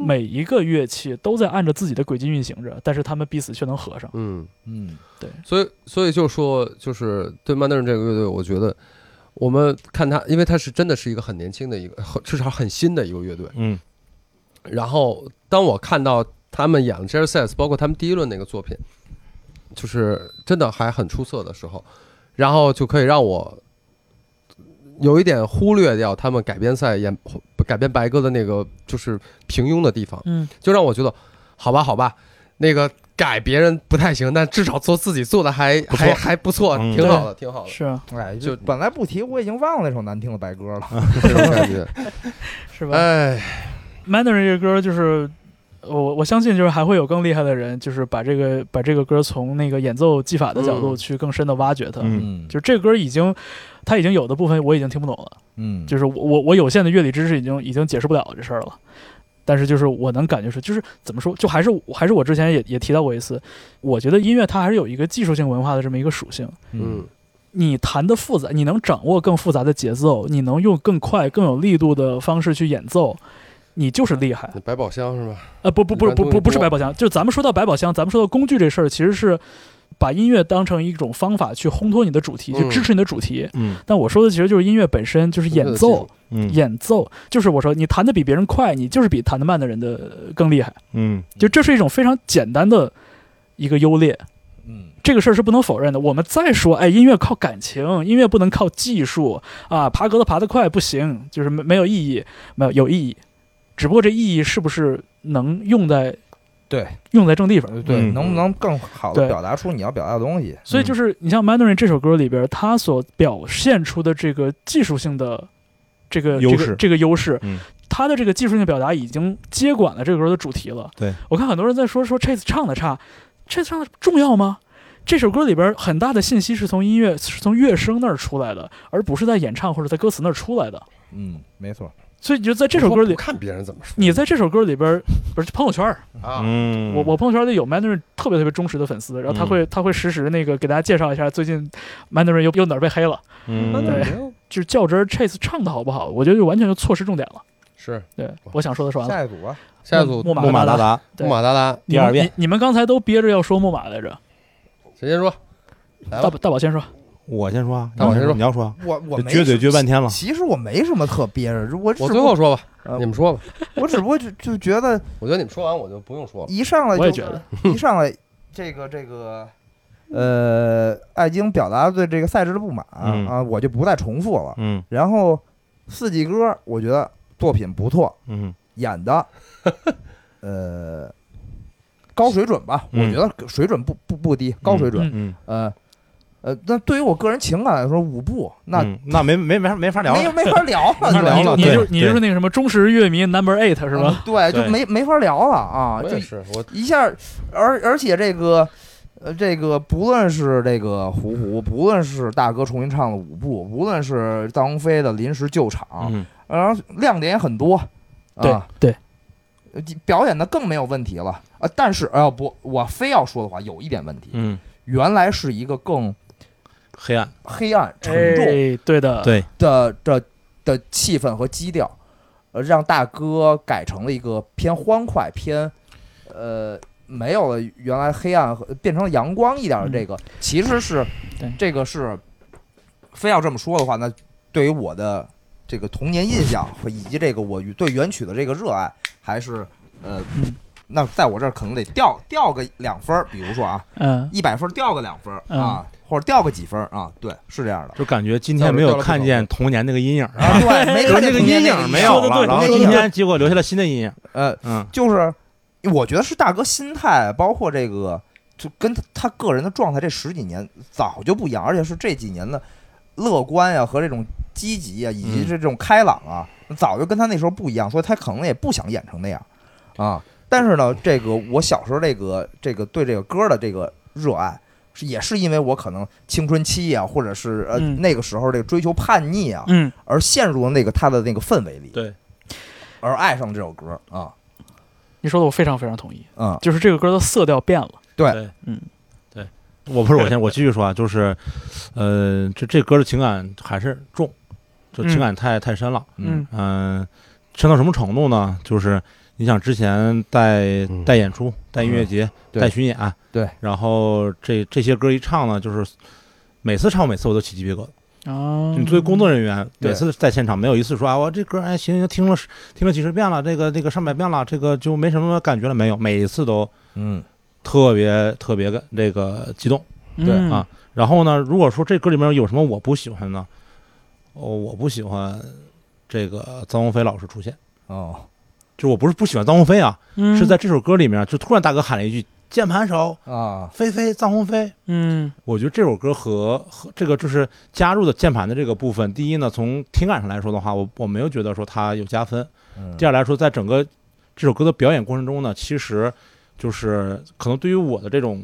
每一个乐器都在按照自己的轨迹运行着，但是他们彼此却能合上。
嗯，
嗯，
所以所以就说就是对曼德尔这个乐队，我觉得。我们看他，因为他是真的是一个很年轻的一个，很至少很新的一个乐队。
嗯
然后当我看到他们演了《Jerry Says》，包括他们第一轮那个作品，就是真的还很出色的时候，然后就可以让我有一点忽略掉他们改编赛演改编白鸽的那个就是平庸的地方，
嗯，
就让我觉得好吧，好吧，那个改别人不太行，但至少做自己做的还
不错
还还不错，
嗯
挺好的，挺好的，
是啊，
哎，
就
就本来不提，我已经忘了那首难听的白歌 了。
这种感觉。
是吧？
哎，
Mandarin 这个歌就是。呃我我相信，就是还会有更厉害的人，就是把这个把这个歌从那个演奏技法的角度
嗯
去更深的挖掘它。
嗯
嗯
就是这个歌已经，它已经有的部分我已经听不懂了，
嗯，
就是我我我有限的乐理知识已经已经解释不了这事儿了。但是就是我能感觉出，就是怎么说，就还是我还是我之前也也提到过一次，我觉得音乐它还是有一个技术性文化的这么一个属性。
嗯，
你弹的复杂，你能掌握更复杂的节奏，你能用更快、更有力度的方式去演奏，你就是厉害。
百宝箱是吧？
呃，不不不是
一般
不
都
不
是
不是
多
百宝箱，就是咱们说到百宝箱，咱们说到工具这事儿，其实是把音乐当成一种方法去烘托你的主题，去
嗯
支持你的主题。
嗯
但我说的其实就是音乐本身，就是演奏，
嗯
演奏就是我说你弹的比别人快，你就是比弹得慢的人的呃更厉害。
嗯
就这是一种非常简单的一个优劣，
嗯，
这个事儿是不能否认的。我们再说，哎，音乐靠感情，音乐不能靠技术啊，爬格子爬得快不行，就是没没有意义，没有有意义，只不过这意义是不是能用在
对
用在正地方？
对，
嗯
能不能更好的
对
表达出你要表达的东西？
所以就是你像《Mandarin》这首歌里边，它所表现出的这个技术性的这个
优
这
势
个这个优势，
嗯
它的这个技术性表达已经接管了这个歌的主题了。
对
我看很多人在说说 Chase 唱的差。这上重要吗？这首歌里边很大的信息是从音乐是从乐声那儿出来的，而不是在演唱或者在歌词那儿出来的。
嗯，没错，
所以你就在这首歌
我
里，
看别人怎么说，
你在这首歌里边不是朋友圈儿，
啊，
嗯，
我我朋友圈里有 Mandarin 特别特别忠实的粉丝，然后他
嗯
会他会实时那个给大家介绍一下最近 Mandarin 又又哪儿被黑了，
嗯
那
对
哎
没有
就是较真儿 Chase 唱的好不好，我觉得就完全就错失重点了。
是
对，我想说的说完了。
下一组啊，
下一组
木
木马
马达
达，
达，
对
木马达达，
你
第二
们
遍
你你们刚才都憋着要说木马来着，
谁先说？
大
来吧
宝大宝先说，
我先说啊，
那我先说
你要说啊，
我我
这
没
撅嘴撅半天了，
其实我没什么特憋着，我只
我
不
最后说吧，
啊
呃
你们说吧。
我只不过就就觉得
我觉得你们说完我就不用说了。
一上来就
我也觉得
一上来这个这个呃，艾晶表达对这个赛制的不满
嗯
啊，我就不再重复了。
嗯
然后四季歌，我觉得作品不错，
嗯
演 的呃高水准吧，我
嗯
觉得水准不不不低，高水准。
嗯
嗯
呃呃，那对于我个人情感来说，五部那
嗯那没没没没法聊
没有
了，
没法聊了，
没法聊了
你你就
对
你就是那个什么忠实乐迷 Number Eight 是吧？
嗯对，就
对
没没法聊了啊！
我
就
也是，我
一下，而而且这个，呃，这个不论是这个胡胡，不论是大哥重新唱了五部，不论是大鸿飞的临时救场，呃
嗯
然后亮点也很多，
对
啊，
对，
呃表演的更没有问题了啊。但是，哎、呀不，我非要说的话，有一点问题，
嗯，
原来是一个更
黑暗，
黑暗沉重
哎，对的，
对
的的的气氛和基调，呃，让大哥改成了一个偏欢快、偏呃没有了原来黑暗和变成了阳光一点的这个，其实是
嗯对
这个是非要这么说的话，那对于我的这个童年印象和以及这个我对原曲的这个热爱，还是呃。
嗯
那在我这儿可能得掉掉个两分儿，比如说啊，
嗯，
一百分儿掉个两分儿啊，或者掉个几分儿啊，对，是这样的。
就感觉今天没有看见童年那个阴影，
啊，对，没
就是
看见
那个
童年
阴
那
影没有
影
了，然后
那个
今
阴影
天结果留下了新的阴影，
呃，
嗯
就是我觉得是大哥心态，包括这个，就跟他他个人的状态，这十几年早就不一样，而且是这几年的乐观呀、和这种积极呀、以及
嗯
这种开朗啊，早就跟他那时候不一样，所以他可能也不想演成那样啊。但是呢，这个我小时候这个这个对这个歌的这个热爱。是也是因为我可能青春期呀、或者是呃、
嗯
那个时候这个追求叛逆啊，
嗯，
而陷入了那个他的那个氛围里，
对，
而爱上了这首歌啊，
你说的我非常非常同意，
嗯，
就是这个歌的色调变了，
我不是我先我继续说啊，就是，呃，这这歌的情感还是重，就情感太太深了，
嗯
嗯、深到什么程度呢？就是你想之前带
嗯
带演出、带音乐节、
对
带巡演，啊
对，
然后这这些歌一唱呢，就是每次唱每次我都起鸡皮疙瘩。
啊，
你作为工作人员，
对
每次在现场没有一次说啊，我这歌哎行行，听了十听了几十遍了，这个这个上百遍了，这个就没什么感觉了，没有，每一次都
嗯
特别特别的这个激动。
对
嗯
啊，然后呢，如果说这歌里面有什么我不喜欢呢？哦，我不喜欢这个臧鸿飞老师出现，
哦，
就是我不是不喜欢臧鸿飞啊，
嗯
是在这首歌里面，就突然大哥喊了一句“键盘手
啊，
飞飞臧鸿飞”，
嗯
我觉得这首歌和和这个就是加入的键盘的这个部分，第一呢，从听感上来说的话，我我没有觉得说它有加分；
嗯
第
二，
二来说，在整个这首歌的表演过程中呢，其实就是可能对于我的这种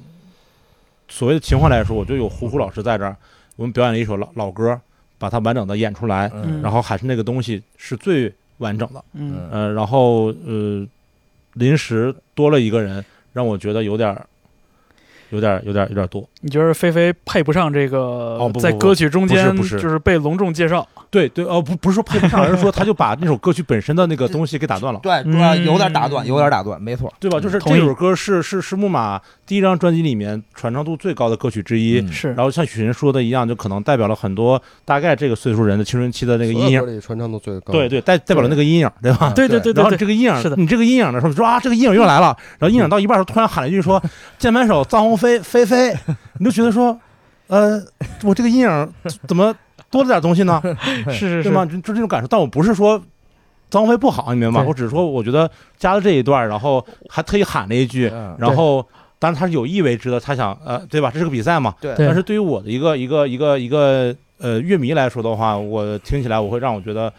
所谓的情怀来说，我就有胡胡老师在这儿，我们表演了一首老老歌，把它完整的演出来，
嗯
然后还是那个东西是最完整的。
嗯
呃，然后呃，临时多了一个人，让我觉得有点儿，有点儿，有点儿，有点儿多。
你觉得菲菲配不上这个
哦不不
在歌曲中间
不是不是
就是被隆重介绍？
对对，哦，不不 是说配不上，而是说他就把那首歌曲本身的那个东西给打断了，
对，主要有点打断，有点打断，没错，
对吧？就是
同意
这首歌是是是木马第一张专辑里面传唱度最高的歌曲之一。
嗯
是
然后像许晨说的一样，就可能代表了很多大概这个岁数人的青春期的那个阴
所有
影
歌，里传唱度最高。
对，对，代代表了那个阴影，对吧？
对对嗯 对
然后
对对，
这个阴影，
是的
你这个阴影的时候，说啊，这个阴影又来了。然后阴影到一半的时候，突然喊了一句说：“键盘手臧鸿飞飞飞。”你就觉得说，呃，我这个阴影怎么多了点东西呢？
是是
对
是
吗？就就这种感受。但我不是说张飞不好，你明白吗？
对
我只是说，我觉得加了这一段，然后还特意喊了一句，
嗯
然后当然他是有意为之的，他想呃，对吧？这是个比赛嘛。
对
对
但是对于我的一个一个一个一个呃乐迷来说的话，我听起来我会让我觉得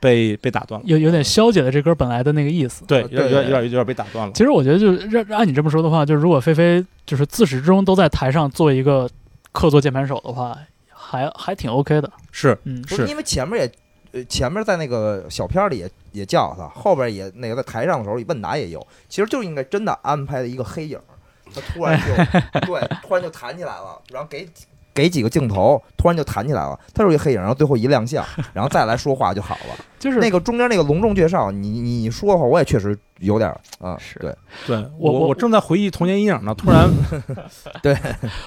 被被打断了。
有有点消解了这歌本来的那个意思。
对，有
对
点有点
对
有点有点被打断了。
其实我觉得就是让按你这么说的话，就是如果菲菲就是自始至终都在台上做一个客座键盘手的话，还还挺 OK 的。
是
嗯，
不是因为前面也，呃，前面在那个小片儿里也也叫他，后边也那个在台上的时候问答也有，其实就应该真的安排的一个黑影儿，他突然 就对，突然就弹起来了，然后给给几个镜头，突然就弹起来了，他就是一黑影，然后最后一亮相，然后再来说话就好了。
就是
那个中间那个隆重介绍，你你你说的话，我也确实有点儿啊，
是哎
对，
对
我
我
我
正在回忆童年阴影呢，突然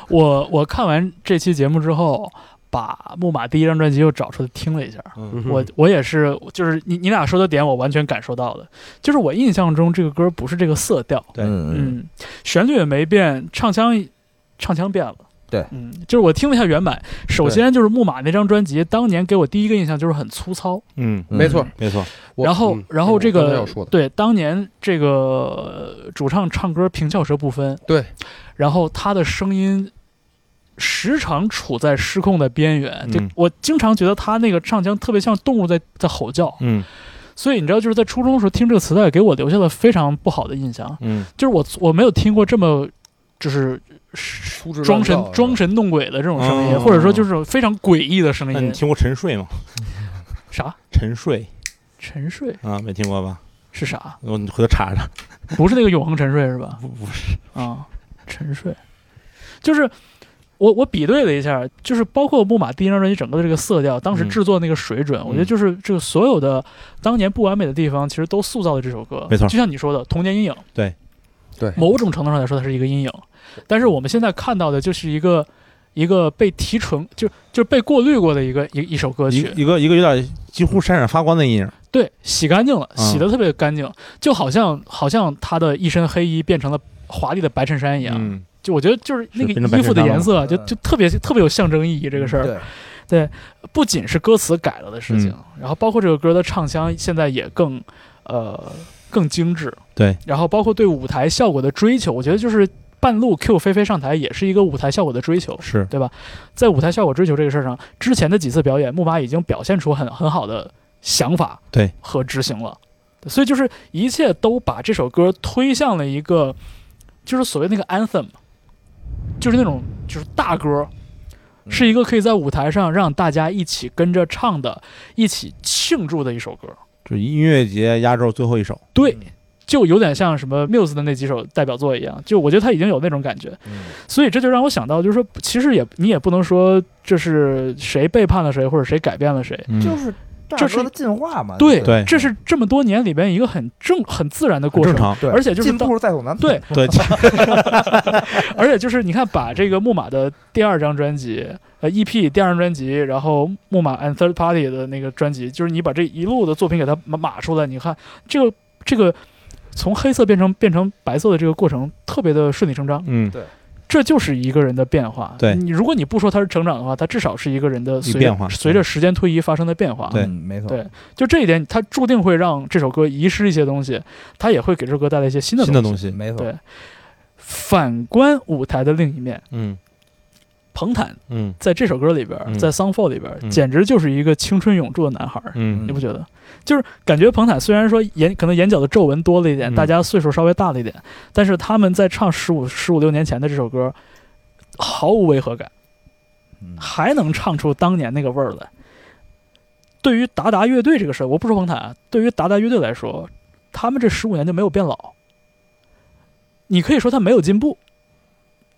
我我看完这期节目之后，把木马第一张专辑又找出来听了一下。
嗯
我我也是，就是你你俩说的点，我完全感受到的。就是我印象中这个歌不是这个色调，
对
嗯
嗯，旋律也没变，唱腔唱腔变了。
对，
嗯，就是我听了一下原版，首先就是木马那张专辑，当年给我第一个印象就是很粗糙，
嗯，
嗯
没错，
没错，
我
然后
嗯
然后这
我刚才
个
要说的
对，当年这个呃主唱唱歌平翘舌不分，
对，
然后他的声音时常处在失控的边缘，就
嗯
我经常觉得他那个唱腔特别像动物在在吼叫，
嗯
所以你知道就是在初中的时候听这个磁带给我留下了非常不好的印象，
嗯，
就是我我没有听过这么就是
粗制
装
滥造
神装神弄鬼的这种声音，
嗯
或者说就是非常诡异的声
那你
音，
听过沉睡吗？
啥
沉睡
沉睡
啊，没听过吧？
是啥？
我你回头查查。
不是那个永恒沉睡是吧？
不不是，
啊，沉睡，就是我我比对了一下，就是包括木马第一张专辑整个的这个色调，当时
嗯
制作那个水准，我觉得
嗯
就是这个所有的当年不完美的地方，其实都塑造了这首歌。
没错
就像你说的，童年阴影。
对，
对
某种程度上来说，它是一个阴影，但是我们现在看到的就是一个。一个被提纯，就就是被过滤过的一个一一首歌
一
曲
个，一个一个有点几乎闪闪发光的阴影。
对，洗干净了，
嗯
洗得特别干净，就好像好像他的一身黑衣变成了华丽的白衬衫一样，
嗯，
就我觉得就是那
是变成
个
白
衣服
衬
的
衫了
颜色
吗
就就特别特别有象征意义。这个事儿
对，
不仅是歌词改了的事情，
嗯
然后包括这个歌的唱腔现在也更呃更精致，
对，
然后包括对舞台效果的追求，我觉得就是半路 Q 菲菲上台也是一个舞台效果的追求。
是
在舞台效果追求这个事儿上，之前的几次表演，木马已经表现出很很好的想法
对
和执行了，所以就是一切都把这首歌推向了一个，就是所谓那个 anthem，就是那种就是大歌，
嗯
是一个可以在舞台上让大家一起跟着唱的、一起庆祝的一首歌。
就是音乐节压轴最后一首。
对，就有点像什么 Muse 的那几首代表作一样，就我觉得他已经有那种感觉。
嗯
所以这就让我想到，就是说，其实也你也不能说这是谁背叛了谁，或者谁改变了谁。
嗯
就是大
这是
哥的进化嘛，
对
对
这是这么多年里边一个很正、很自然的过
很
程，
正常。
对，
而且就是
进
到
步是在所难免
对，
对， 而且就是你看，把这个木马的第二张专辑，呃，EP 第二张专辑，然后木马 and third party 的那个专辑，就是你把这一路的作品给它码码出来，你看这个这个从黑色变成变成白色的这个过程，特别的顺理成章。
嗯，
这就是一个人的变化。
对
你，如果你不说他是成长的话，他至少是一个人的
一
随
变化嗯
随着时间推移发生的变化。
对
嗯没错，
对就这一点，他注定会让这首歌遗失一些东西，他也会给这首歌带来一些新的
新的
西。
东西。
没错
对，反观舞台的另一面，
嗯
彭坦
嗯
在这首歌里边，
嗯
在《Song Fall》里边，
嗯
简直就是一个青春永驻的男孩儿。
嗯
你不觉得？就是感觉彭坦虽然说眼可能眼角的皱纹多了一点，
嗯
大家岁数稍微大了一点，但是他们在唱十五十五六年前的这首歌，毫无违和感，
嗯
还能唱出当年那个味儿来。对于达达乐队这个事儿，我不说彭坦啊，对于达达乐队来说，他们这十五年就没有变老。你可以说他没有进步，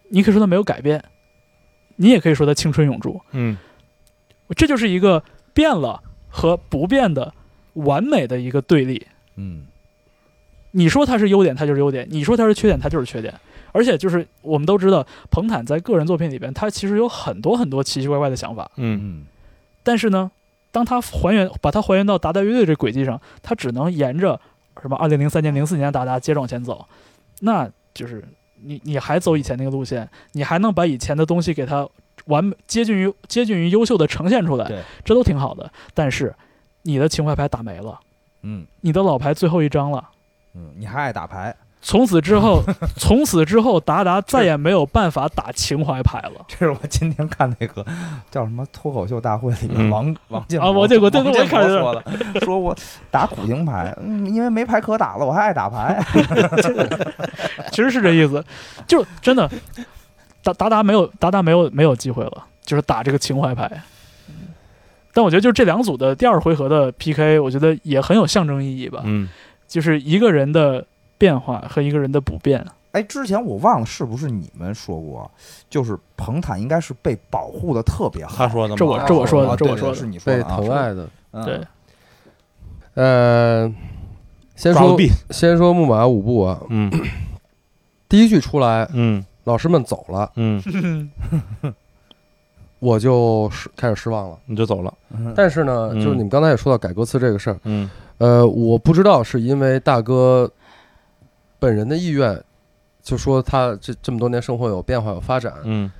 你可以说他没有改变，你也可以说他青春永驻。
嗯，
这就是一个变了和不变的完美的一个对立。
嗯，
你说它是优点，它就是优点；你说它是缺点，它就是缺点。而且就是我们都知道，彭坦在个人作品里边，他其实有很多很多奇奇怪怪的想法，
嗯
嗯
但是呢，当他还原把它还原到达达乐队这轨迹上，他只能沿着什么二零零三年、零四年的达达接着往前走，那就是你你还走以前那个路线，你还能把以前的东西给它完美接近于接近于优秀的呈现出来
对，
这都挺好的。但是你的情怀牌打没了，
嗯
你的老牌最后一张了，
嗯，你还爱打牌，
从此之后， 从此之后，达达再也没有办法打情怀牌了。
这是我今天看那个 叫什么脱口秀大会里面
嗯
王王建
啊王建国对对
王建
我看见
说的，说我打苦情牌，嗯因为没牌可打了，我还爱打牌。
其实是这意思，就真的达达达没有达达没有没有机会了，就是打这个情怀牌。但我觉得就是这两组的第二回合的 PK，我觉得也很有象征意义吧，
嗯，
就是一个人的变化和一个人的不变。
哎，之前我忘了是不是你们说过，就是彭坦应该是被保护的特别
啊
好。
他说的吗？
这我这我说的
啊
这我
对对
说的
是你说
被
的啊
疼爱，的。
是
对
嗯，
呃，先
抓个
说
币，
先说木马舞步啊，
嗯
第一句出来，
嗯
老师们走了，
嗯，
我就失开始失望了。
你就走了，
嗯
但是呢，
嗯
就是你们刚才也说到改歌词这个事儿，
嗯
呃，我不知道是因为大哥本人的意愿，就说他这这么多年生活有变化有发展，
嗯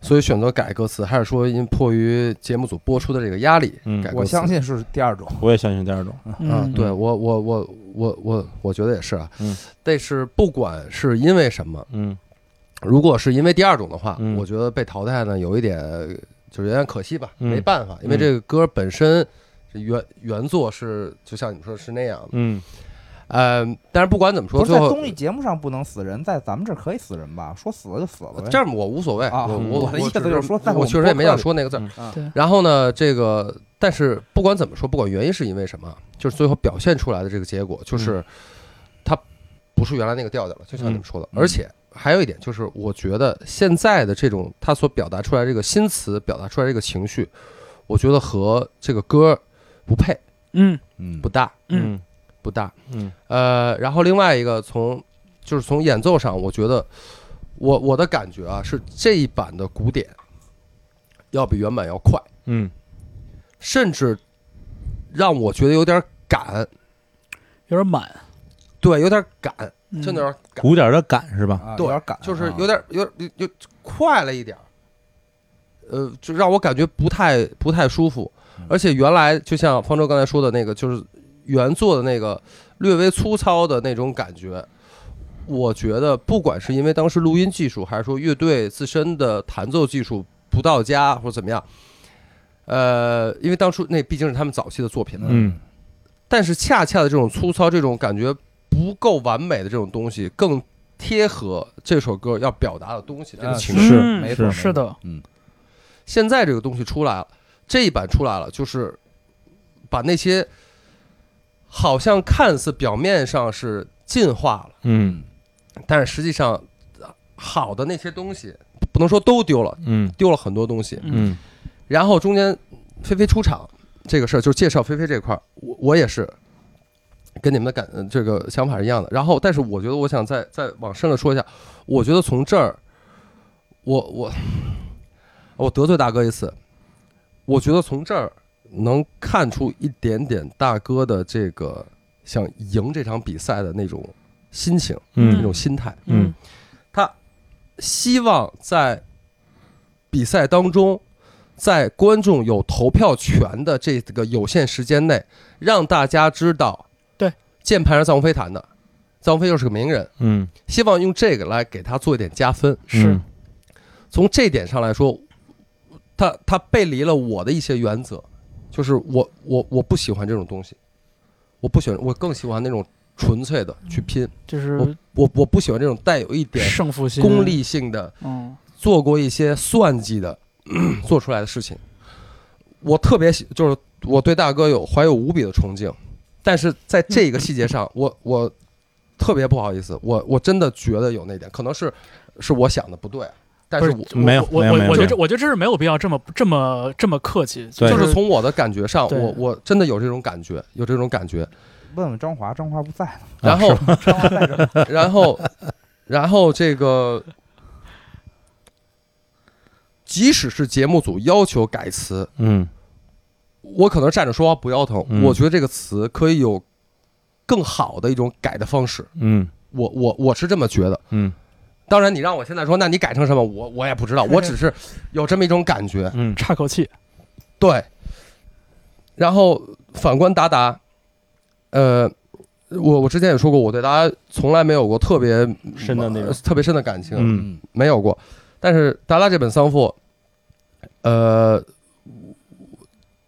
所以选择改歌词，还是说因迫于节目组播出的这个压力
嗯
改歌词？
我相信是第二种。
我也相信第二种，
啊
嗯，，
对我我我我我我觉得也是啊，
嗯，
但是不管是因为什么，
嗯
如果是因为第二种的话，
嗯
我觉得被淘汰呢有一点就是有点可惜吧，
嗯
没办法，因为
嗯
这个歌本身这原原作是就像你们说是那样的，
嗯，
嗯、但是不管怎么说，
不是
最
在
后
综艺节目上不能死人，在咱们这儿可以死人吧？说死了就死了呗。
这样我无所谓，
啊
我
嗯
我
我的意思
只
就是说在我
我
们
确实也没
播
想
客里嗯
说那个字儿。
对
然后呢，这个但是不管怎么说，不管原因是因为什么，就是最后表现出来的这个结果，就是它不是原来那个调调了，就像你们说的。
嗯嗯
而且还有一点就是，我觉得现在的这种他所表达出来这个新词，表达出来这个情绪，我觉得和这个歌不配，
嗯
嗯
不搭，
嗯
嗯
不搭。
嗯
呃，然后另外一个从就是从演奏上，我觉得我我的感觉啊是这一版的古典要比原版要快，
嗯
甚至让我觉得有点赶，
有点满，
对，有点赶，
嗯
真的有点赶，
鼓点的感是吧？
啊，
对
有点赶，
就是
啊
有点有点有有快了一点儿，呃，就让我感觉不太不太舒服
嗯，
而且原来就像方舟刚才说的那个，就是原作的那个略微粗糙的那种感觉。我觉得，不管是因为当时录音技术，还是说乐队自身的弹奏技术不到家，或者怎么样，呃，因为当初那毕竟是他们早期的作品嘛，
嗯
但是恰恰的这种粗糙、这种感觉不够完美的这种东西，更贴合这首歌要表达的东西，这个
啊
情绪。
是
嗯
没
是
错，
是的，
现在这个东西出来了，这一版出来了，就是把那些好像看似表面上是进化了，
嗯
但是实际上呃好的那些东西，不能说都丢了，
嗯
丢了很多东西。
嗯
然后中间菲菲出场这个事儿，就是介绍菲菲这块儿，我我也是跟你们的感呃这个想法是一样的。然后，但是我觉得我想再再往深了说一下，我觉得从这儿，我我我得罪大哥一次，我觉得从这儿能看出一点点大哥的这个想赢这场比赛的那种心情，那
嗯
种心态。
嗯
他希望在比赛当中，在观众有投票权的这个有限时间内，让大家知道，
对，
键盘是臧鸿飞弹的，臧鸿飞又是个名人，
嗯，
希望用这个来给他做一点加分。
是
嗯
从这点上来说，他他背离了我的一些原则，就是我我我不喜欢这种东西，我不喜欢，我更喜欢那种纯粹的去拼，
就是
我我不喜欢这种带有一点
胜负心、
功，利性的。
嗯，
做过一些算计的 做出来的事情。我特别喜，就是我对大哥有怀有无比的崇敬，但是在这个细节上，我我特别不好意思，我我真的觉得有那点，可能是是我想的不对，但是
不
我
我
嗯没有
我
没有
我
没有
我觉得这
没有
我觉得这是没有必要这么这么这么客气，
对
就是从我的感觉上，
对
我我真的有这种感觉，有这种感觉。
问问张华，张华不在呢，
啊
然后
张华在这儿。
然后，然后这个，即使是节目组要求改词，
嗯
我可能站着说话不腰疼，
嗯
我觉得这个词可以有更好的一种改的方式，
嗯
我我我是这么觉得。
嗯
当然，你让我现在说，那你改成什么？我我也不知道，我只是有这么一种感 觉。
嗯
差口气，
对，然后反观达达，呃，我我之前也说过，我对大家从来没有过特别
深的那
呃
种，
特别深的感情，
嗯，
没有过。但是达拉这本《丧父》，呃，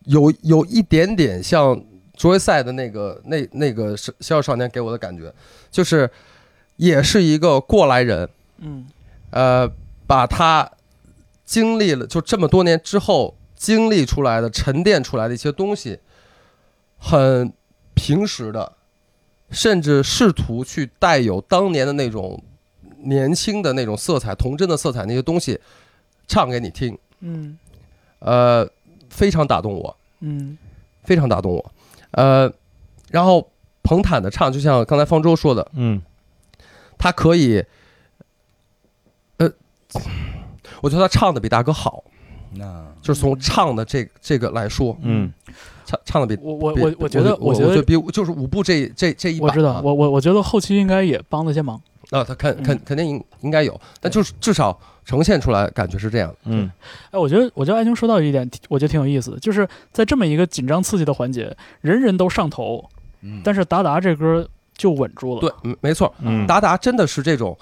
有有一点点像卓维赛的那个那那个是《小小少年》给我的感觉，就是也是一个过来人，
嗯
呃，把他经历了就这么多年之后经历出来的、沉淀出来的一些东西，很平实的，甚至试图去带有当年的那种年轻的那种色彩、童真的色彩那些东西，唱给你听，
嗯
呃，非常打动我。
嗯
非常打动我。呃，然后彭坦的唱，就像刚才方舟说的，
嗯，
他可以，呃，我觉得他唱的比大哥好，
那
就是从唱的这这个来说，
嗯，
唱唱的比。
我我
比
我我觉得，
我
觉得，
比就是五部这这这一
我
版啊，
知道，我我我觉得后期应该也帮了些忙。
啊，他肯肯
嗯
肯定应应该有，但就是至少呈现出来感觉是这样。
嗯，
哎，我觉得，我觉得艾青说到一点，我觉得挺有意思的，就是在这么一个紧张刺激的环节，人人都上头，
嗯
但是达达这歌就稳住了。
对，嗯没错，
嗯，
达达真的是这种，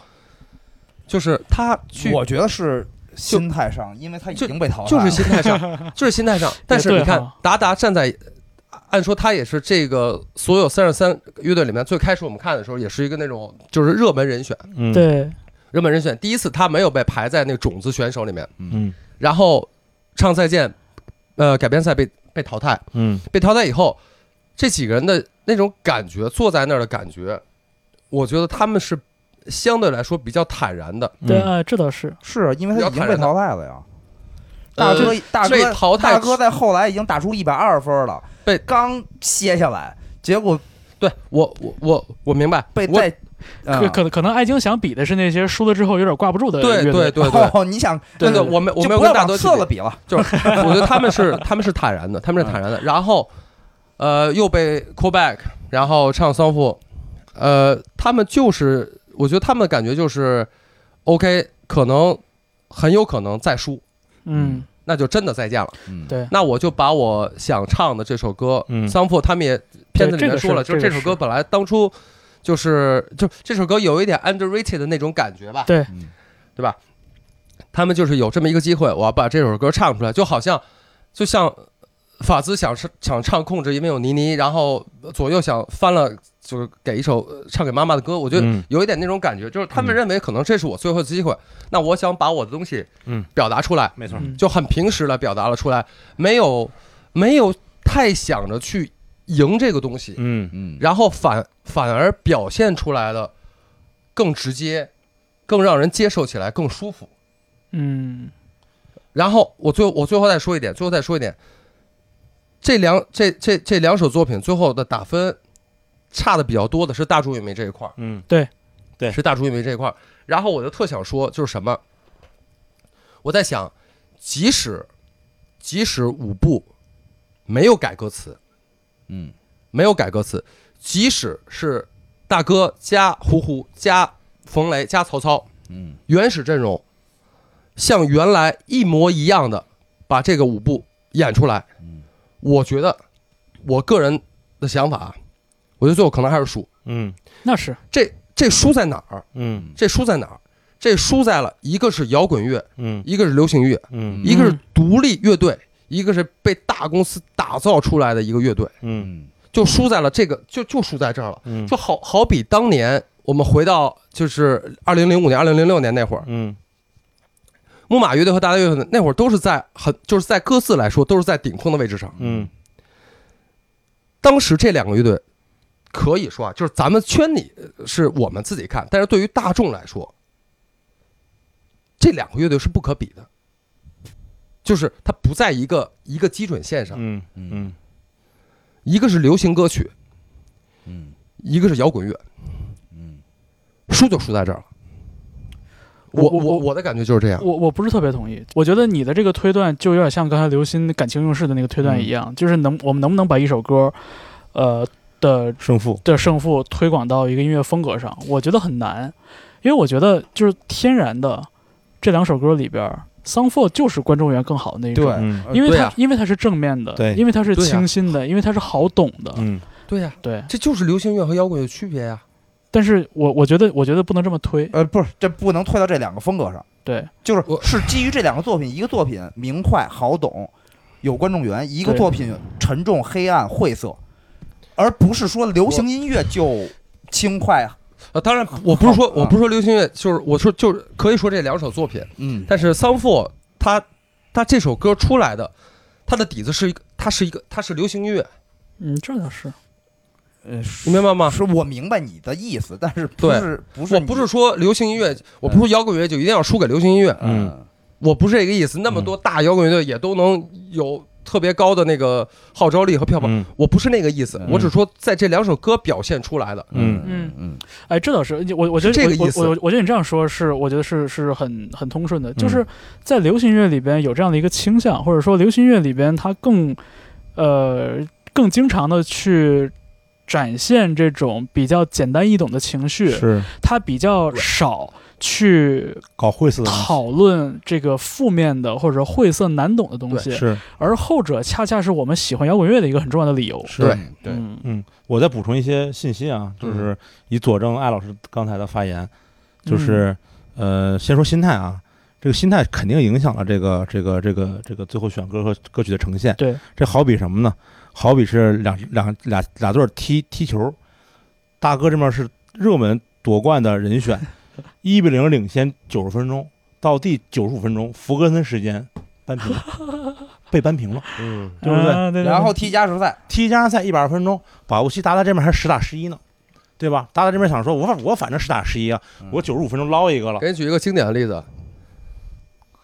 就是他去
我觉得是心态上，因为他已
就
经被淘汰
就
了，
是心态 上，就是心态上。但是
对
你看
哈，
达达站在，按说他也是这个所有三十三乐队里面最开始我们看的时候，也是一个那种就是热门人选，
嗯，
对，
热门人选。第一次他没有被排在那个种子选手里面，
嗯
然后唱再见，呃，改编赛被被淘汰，
嗯
被淘汰以后，这几个人的那种感觉，坐在那儿的感觉，我觉得他们是相对来说比较坦然的。
对，
嗯，
哎，这倒是。
是因为他已经被淘汰了呀。大
呃
哥，大
被
哥，
淘汰
大哥在后来已经打出一百二十分了，
被
刚歇下来，结果
对我，我我我明白，
被
我
再啊
可可可能艾青想比的是那些输了之后有点挂不住的
对
乐队
对对对。
哦，你想
对对，
就
我没我没有
不
跟
要
大
往
哥去
次了嗯比了，
就是我觉得他们是他们是坦然的，他们是坦然的。然后，呃，又被 call back，然后唱丧父，呃，他们就是我觉得他们的感觉就是，OK，可能很有可能再输，
嗯，
那就真的再见了。
嗯
对
那我就把我想唱的这首歌
嗯
《丧父》，他们也片子里
这
面
个是
说了，就是
这个
这首
是
歌本来当初就是就这首歌有一点 underrated 的那种感觉吧，
对
嗯
对吧？他们就是有这么一个机会，我要把这首歌唱出来，就好像就像法兹想是想唱《控制》，因为有倪妮，然后左右想翻了，就是给一首呃唱给妈妈的歌，我觉得
嗯
有一点那种感觉，就是他们
嗯
认为可能这是我最后的机会，那我想把我的东西
嗯
表达出来，
没错，
嗯
就很平实的表达了出来，没有没有太想着去赢这个东西，
嗯
嗯
然后反反而表现出来的更直接，更让人接受起来更舒服。
嗯，
然后我最我最后再说一点，最后再说一点，这两这这这两首作品最后的打分差的比较多的是大众乐迷这一块儿，
嗯对
是大众乐迷这一块儿。然后我就特想说，就是什么？我在想，即使即使五部没有改歌词，
嗯
没有改歌词，即使是大哥加胡胡加冯雷加曹操
嗯
原始阵容，像原来一模一样的把这个舞步演出来，
嗯
我觉得我个人的想法啊，我觉得最后可能还是输。
嗯
那是
这这输在哪儿？
嗯
这输在哪儿？这输在了一个是摇滚乐，
嗯
一个是流行乐，
嗯
一个是独立乐队，一个是被大公司打造出来的一个乐队，
嗯
嗯
就输在了这个，就就输在这儿了。
嗯，
就好好比当年我们回到就是二零零五年、二零零六年那会儿，
嗯
木马乐队和大大乐队那会儿都是在很就是在各自来说都是在顶峰的位置上。
嗯
当时这两个乐队可以说啊，就是咱们圈里呃是我们自己看，但是对于大众来说，这两个乐队是不可比的，就是它不在一个一个基准线上，
嗯嗯
一个是流行歌曲，
嗯
一个是摇滚乐，
嗯
输就输在这儿了。
我
我
我
我
我
我的感觉就是这样。
我我不是特别同意，我觉得你的这个推断就有点像刚才刘鑫感情用事的那个推
嗯
断一样，就是能我们能不能把一首歌，呃的
胜负，
的胜负推广到一个音乐风格上，我觉得很难，因为我觉得就是天然的这两首歌里边，《Song for》就是观众缘更好的那一种。
对
嗯
因为它、
对啊
因为它是正面的，
对
因为它是
对啊
清新的，因为它是好懂的，
嗯
对呀、
对，
这就是流行乐和摇滚乐的区别呀、
但是我我觉得我觉得不能这么推，
呃，不是，这不能退到这两个风格上，
对
就是
我
是基于这两个作品，一个作品明快好懂，有观众缘；一个
对
作品沉重黑暗晦涩，而不是说流行音乐就轻快。
啊，当然，我不是说
好
我不是说流行乐，就是我说就是可以说这两首作品，
嗯，
但是桑父他他这首歌出来的，他的底子是一个，他是一个，他是流行音乐，
嗯，这倒是，
呃，
你明白吗？
是我明白你的意思，但是不
对
是不是
我
你
不是说流行音乐，我不是说摇滚乐就一定要输给流行音乐，
嗯
我不是这个意思。那么多大摇滚乐队也都能有特别高的那个号召力和票房，
嗯
我不是那个意思，
嗯
我只说在这两首歌表现出来的。
嗯
嗯嗯
哎，这倒是，我我觉得
是这个
我
意思
我我我觉得你这样说是，我觉得是是很很通顺的，就是在流行乐里边有这样的一个倾向，或者说流行乐里边它更呃更经常的去展现这种比较简单易懂的情绪，
是
它比较少去
搞晦涩的东
讨论这个负面的或者晦涩难懂的东
西，
西，
是
而后者恰恰是我们喜欢摇滚乐的一个很重要的理由。
是
对对，
嗯，
嗯，我再补充一些信息啊，就是以佐证艾老师刚才的发言，
嗯
就是、呃，先说心态啊，这个心态肯定影响了这个这个这个这个最后选歌和歌曲的呈现。
对，
这好比什么呢？好比是两两俩俩队儿踢踢球，大哥这边是热门夺冠的人选，一比零领先九十分钟，到第九十五分钟，弗格森时间扳平，被扳平了，
嗯，
对不对？
啊对对
然后踢加时赛，
踢加时赛一百二分钟，保不齐达达这边还是十打十一呢，对吧？达达这边想说，我反我反正十打十一啊，我九十五分钟捞一个了，
给你举一个经典的例子，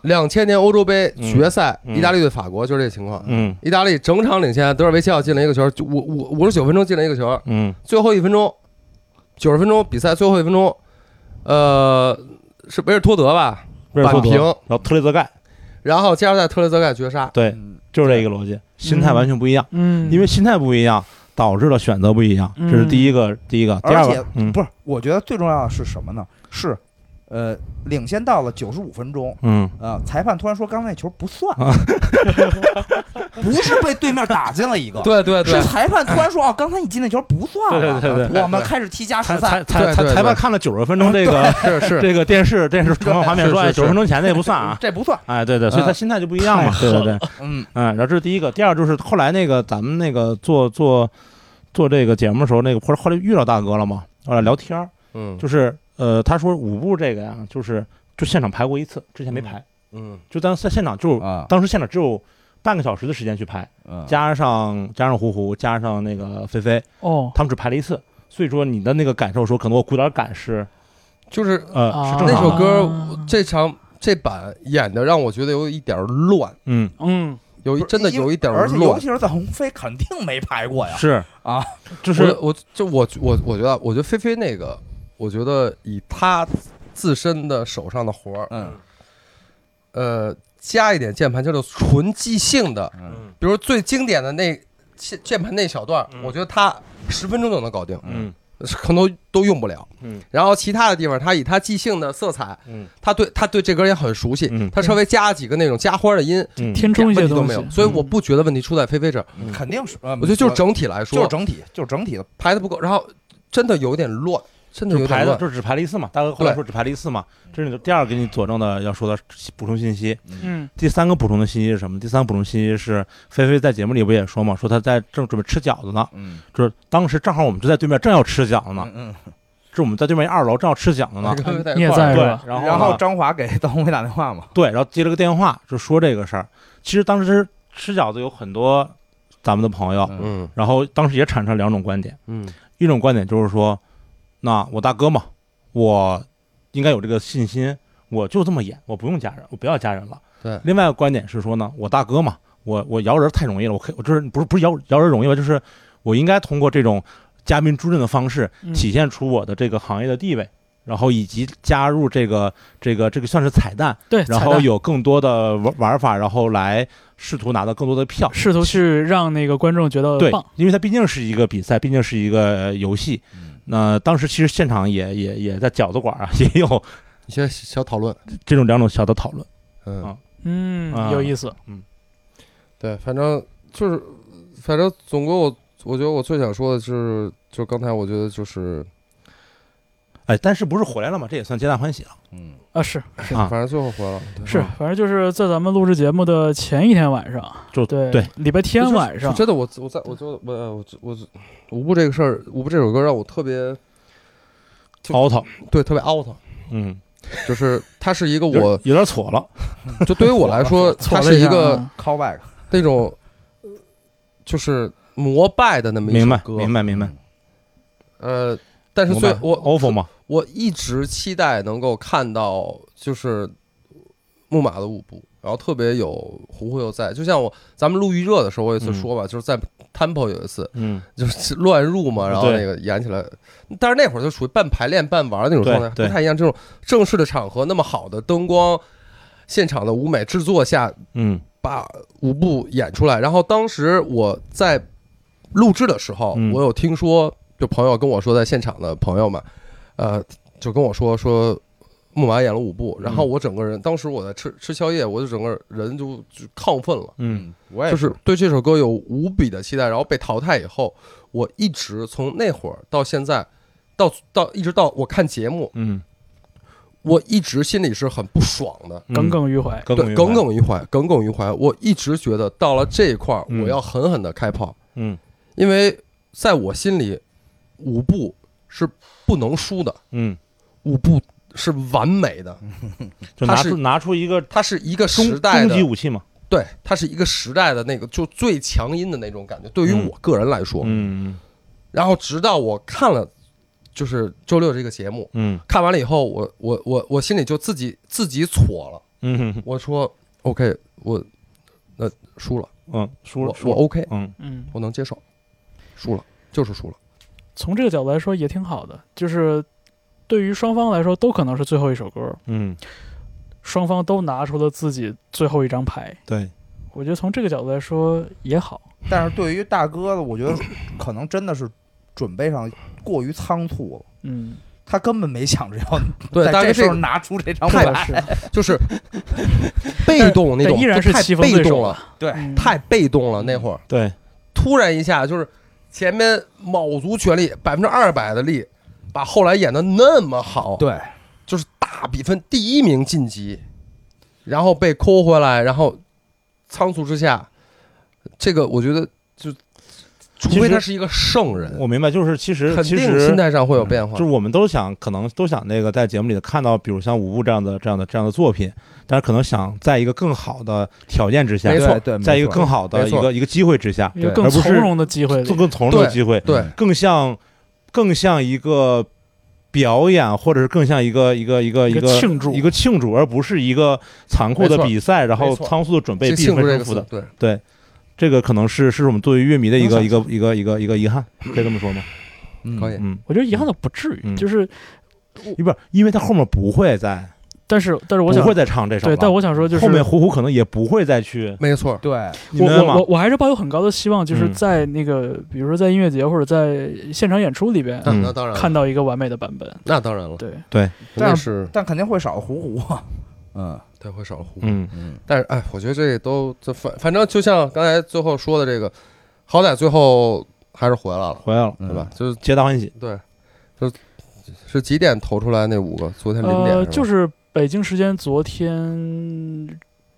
两千年欧洲杯决赛，
嗯嗯
意大利对法国就是这情况。
嗯
意大利整场领先，德尔维奇奥进了一个球，就五五五十九分钟进了一个球，
嗯
最后一分钟，九十分钟比赛最后一分钟，呃，是维尔托德吧？
威尔托德
扳平
然后特雷泽盖，
然后加时赛特雷泽盖绝杀，
对，就是这一个逻辑，心态完全不一样，
嗯，
因为心态不一样，导致了选择不一样，这是第一个，第一个，第
而
二
且
个，嗯
不是，我觉得最重要的是什么呢？是，呃，领先到了九十五分钟，
嗯，
啊、裁判突然说刚才那球不算，
啊
不是被对面打进了一个，
对对对
是，裁判突然说哦，刚才你进那球不算了，
对对对
对
我们开始踢加时
裁
赛，
裁裁
对对
裁裁判
对
看了九十
嗯
分钟这个
是 是，
这个电视电视重放画面说，
是是
哎，
是
九十分钟前那不算啊。
嗯这不算，
哎，对对，所以他心态就不一样嘛，哎对对 对，
嗯，
嗯，然后这是第一个，第二就是后来那个咱们那个做做做这个节目的时候，那个或者后来遇到大哥了嘛，后来聊天儿，
嗯
就是呃，他说舞步这个呀，就是就现场排过一次，之前没排，
嗯
就当时在现场就
啊，
当时现场只有半个小时的时间去排，
嗯
加上加上胡胡，加上那个菲菲，
哦，
他们只排了一次，所以说你的那个感受说，可能我鼓点感是
就是
呃
啊
是正
那
常
首
的，
哦
歌这场这版演的让我觉得有一点乱，
嗯
嗯，
有一
不是
真的有一点
因为而且尤
乱
其。是在鸿飞肯定没排过呀，
是
啊，
就是
我我就我我我觉得啊，我觉得菲菲那个，我觉得以她自身的手上的活儿，
嗯
呃，加一点键盘，就是纯即兴的，
嗯
比如最经典的那键键盘那小段儿，我觉得他十分钟就能搞定，
嗯
可能都都用不了。
嗯，
然后其他的地方，他以他即兴的色彩，
嗯
他对他对这歌也很熟悉，
嗯
他稍微加几个那种加花的音，
嗯
填充一
问
些
题都
东
没
西
有。，所以我不觉得问题出在菲菲这儿，
肯定是，
嗯
嗯
嗯
我觉得就是整体来
就是
说
整体，就是整体的，
排的不够，然后真的有点乱，真的
就
有
是
点
排的，
乱。
就是只排了一次嘛。大哥后来
对
说只排了一次嘛，这是你的第二个给你佐证的要说的补充信息。
嗯
第三个补充的信息是什么？第三个补充信息是菲菲在节目里不也说嘛，说她在正准备吃饺子呢，
嗯
就是当时正好我们就在对面正要吃饺子呢，
嗯
是我们在对面一二楼正要吃饺子呢。
跟菲菲一
你也
块
在
儿
对
是吧，
然后然
然后张华给邓鸿飞打电话嘛，
对，然后接了个电话就说这个事儿。其实当时吃饺子有很多咱们的朋友，
嗯
嗯
然后当时也产生了两种观点，
嗯
一种观点就是说，那我大哥嘛，我应该有这个信心，我就这么演，我不用加人，我不要加人了。
对
另外一个观点是说呢，我大哥嘛，我我摇人太容易了，我可以，我就是不是不是摇摇人容易吧，就是我应该通过这种嘉宾助阵的方式，
嗯
体现出我的这个行业的地位。然后以及加入这个这个这个算是彩蛋，
对，
然
彩
后
蛋
有更多的玩玩法，然后来试图拿到更多的票。
试图去让那个观众觉得
对
棒，，
因为它毕竟是一个比赛，毕竟是一个呃游戏。
嗯
那当时其实现场也也也在饺子馆啊，也有
一些小讨论，
这种两种小的讨论。
嗯
啊。
嗯，
啊
有意思，
对，反正就是，反正总归我我觉得我最想说的是，就刚才我觉得就是，
哎，但是不是回来了嘛？这也算皆大欢喜了
嗯，
啊，是
啊
反！正最后回来了，对
是，反正就是在咱们录制节目的前一天晚上，
就
对
对，
礼拜天晚
就
上，
真的我我在我就我呃我我舞步这个事儿，舞步这首歌让我特别就
凹头，
对特别 out，
嗯，
就是它是一个
有
我
有点错了，
就对于我来说，
错
它
了
是一
下
个
啊
callback，
那种呃就是膜拜的那么一
明
首
白
歌，
明白明白。
呃，但是最我
offer 嘛，
我一直期待能够看到就是木马的舞步，然后特别有胡忽悠在，就像我咱们录预热的时候，我有一次说吧，就是在 Temple 有一次
嗯，
就是乱入嘛，然后
对
那个演起来，但是那会儿就属于半排练半玩那种状态，
对对
不太一样。这种正式的场合，那么好的灯光，现场的舞美制作下，
嗯
把舞步演出来。然后当时我在录制的时候，
嗯
我有听说，就朋友跟我说，在现场的朋友们，呃，就跟我说说木马演了舞步，然
嗯
后我整个人，当时我在吃吃宵夜，我就整个人就就亢奋了。
嗯，
我也
就是对这首歌有无比的期待，然后被淘汰以后，我一直从那会儿到现在，到到一直到我看节目，
嗯，
我一直心里是很不爽的，
耿耿于怀。
嗯耿耿
对，
于
耿
怀，
耿于怀，耿耿于怀。我一直觉得到了这一块儿，
嗯
我要狠狠的开炮，
嗯
因为在我心里，舞步是不能输的，
嗯，
舞步是完美的，
就
他
拿
是
出拿出一个
它是一个
嗯终
时代
终极
的，
武器嘛，
对，它是一个时代的那个就最强音的那种感觉。对于
嗯
我个人来说，
嗯
然后直到我看了就是周六这个节目，
嗯
看完了以后，我我我我心里就自己自己错了，
嗯
我说 OK，我那输了，
嗯，输
我
了，
我 OK，
嗯
嗯，
我能接受，输了就是输了，
从这个角度来说也挺好的，就是对于双方来说都可能是最后一首歌，
嗯，
双方都拿出了自己最后一张牌。
对，
我觉得从这个角度来说也好。
但是对于大哥的，我觉得可能真的是准备上过于仓促了，
嗯，
他根本没想着要
对，大
在
概
这
这
时候
个
拿出这张
太
牌，
嗯是，
就是被动那
但
种，
依然是
就太
棋逢
被
对
动
手
了，
对
嗯
太被动了。那会儿
对，
突然一下就是前面卯足全力，百分之二百的力，把后来演的那么好，
对，
就是大比分第一名晋级，然后被抠回来，然后仓促之下，这个我觉得就，除非他是一个圣人，
我明白，就是其实
肯
其
定
实嗯
心态上会有变化
就是。我们都想，可能都想那个在节目里看到，比如像舞步这样的、这样的、这样的作品，但是可能想在一个更好的条件之下，
没错
对，没
在一个
错
更好的
没
一
错
个一个机会之下，
一个
对
更
而不
从
是
容的机会里
更更从容的机会，
对，
更像更像一个表演，或者是更像一个一个一个
一
一
个
个
庆祝
一个庆祝，而不是一个残酷的
没错
比赛，然后
没错
仓促的准备
这
必
庆
分
祝这
胜
个
负
词
的，，
对，
这个可能是是我们作为乐迷的一个
能
一个一个一个一个遗 憾，可以这么说吗？
嗯
可以。
嗯，
我觉得遗憾的不至于，
嗯
就是，
不是，因为他后面不会再
但是但是我
不
想
会再唱这首
对，
了，
但我想说就是
后面虎虎可能也不会再去，
没错，
对，
你
我
明白
我
吗
我？我还是抱有很高的希望，就是
嗯
在那个、比如说在音乐节或者在现场演出里边、
那
嗯
那当然了，
看到一个完美的版本。
那当然了，
对，
那是
但肯定会少糊糊啊。嗯
对会少了胡。
嗯
嗯，
但是哎，我觉得这都这反反正就像刚才最后说的这个，好歹最后还是回来了，
回来了，
嗯
对吧？就是
皆大欢喜。
对，就是是几点投出来那五个？昨天零点
呃，就是是北京时间昨天。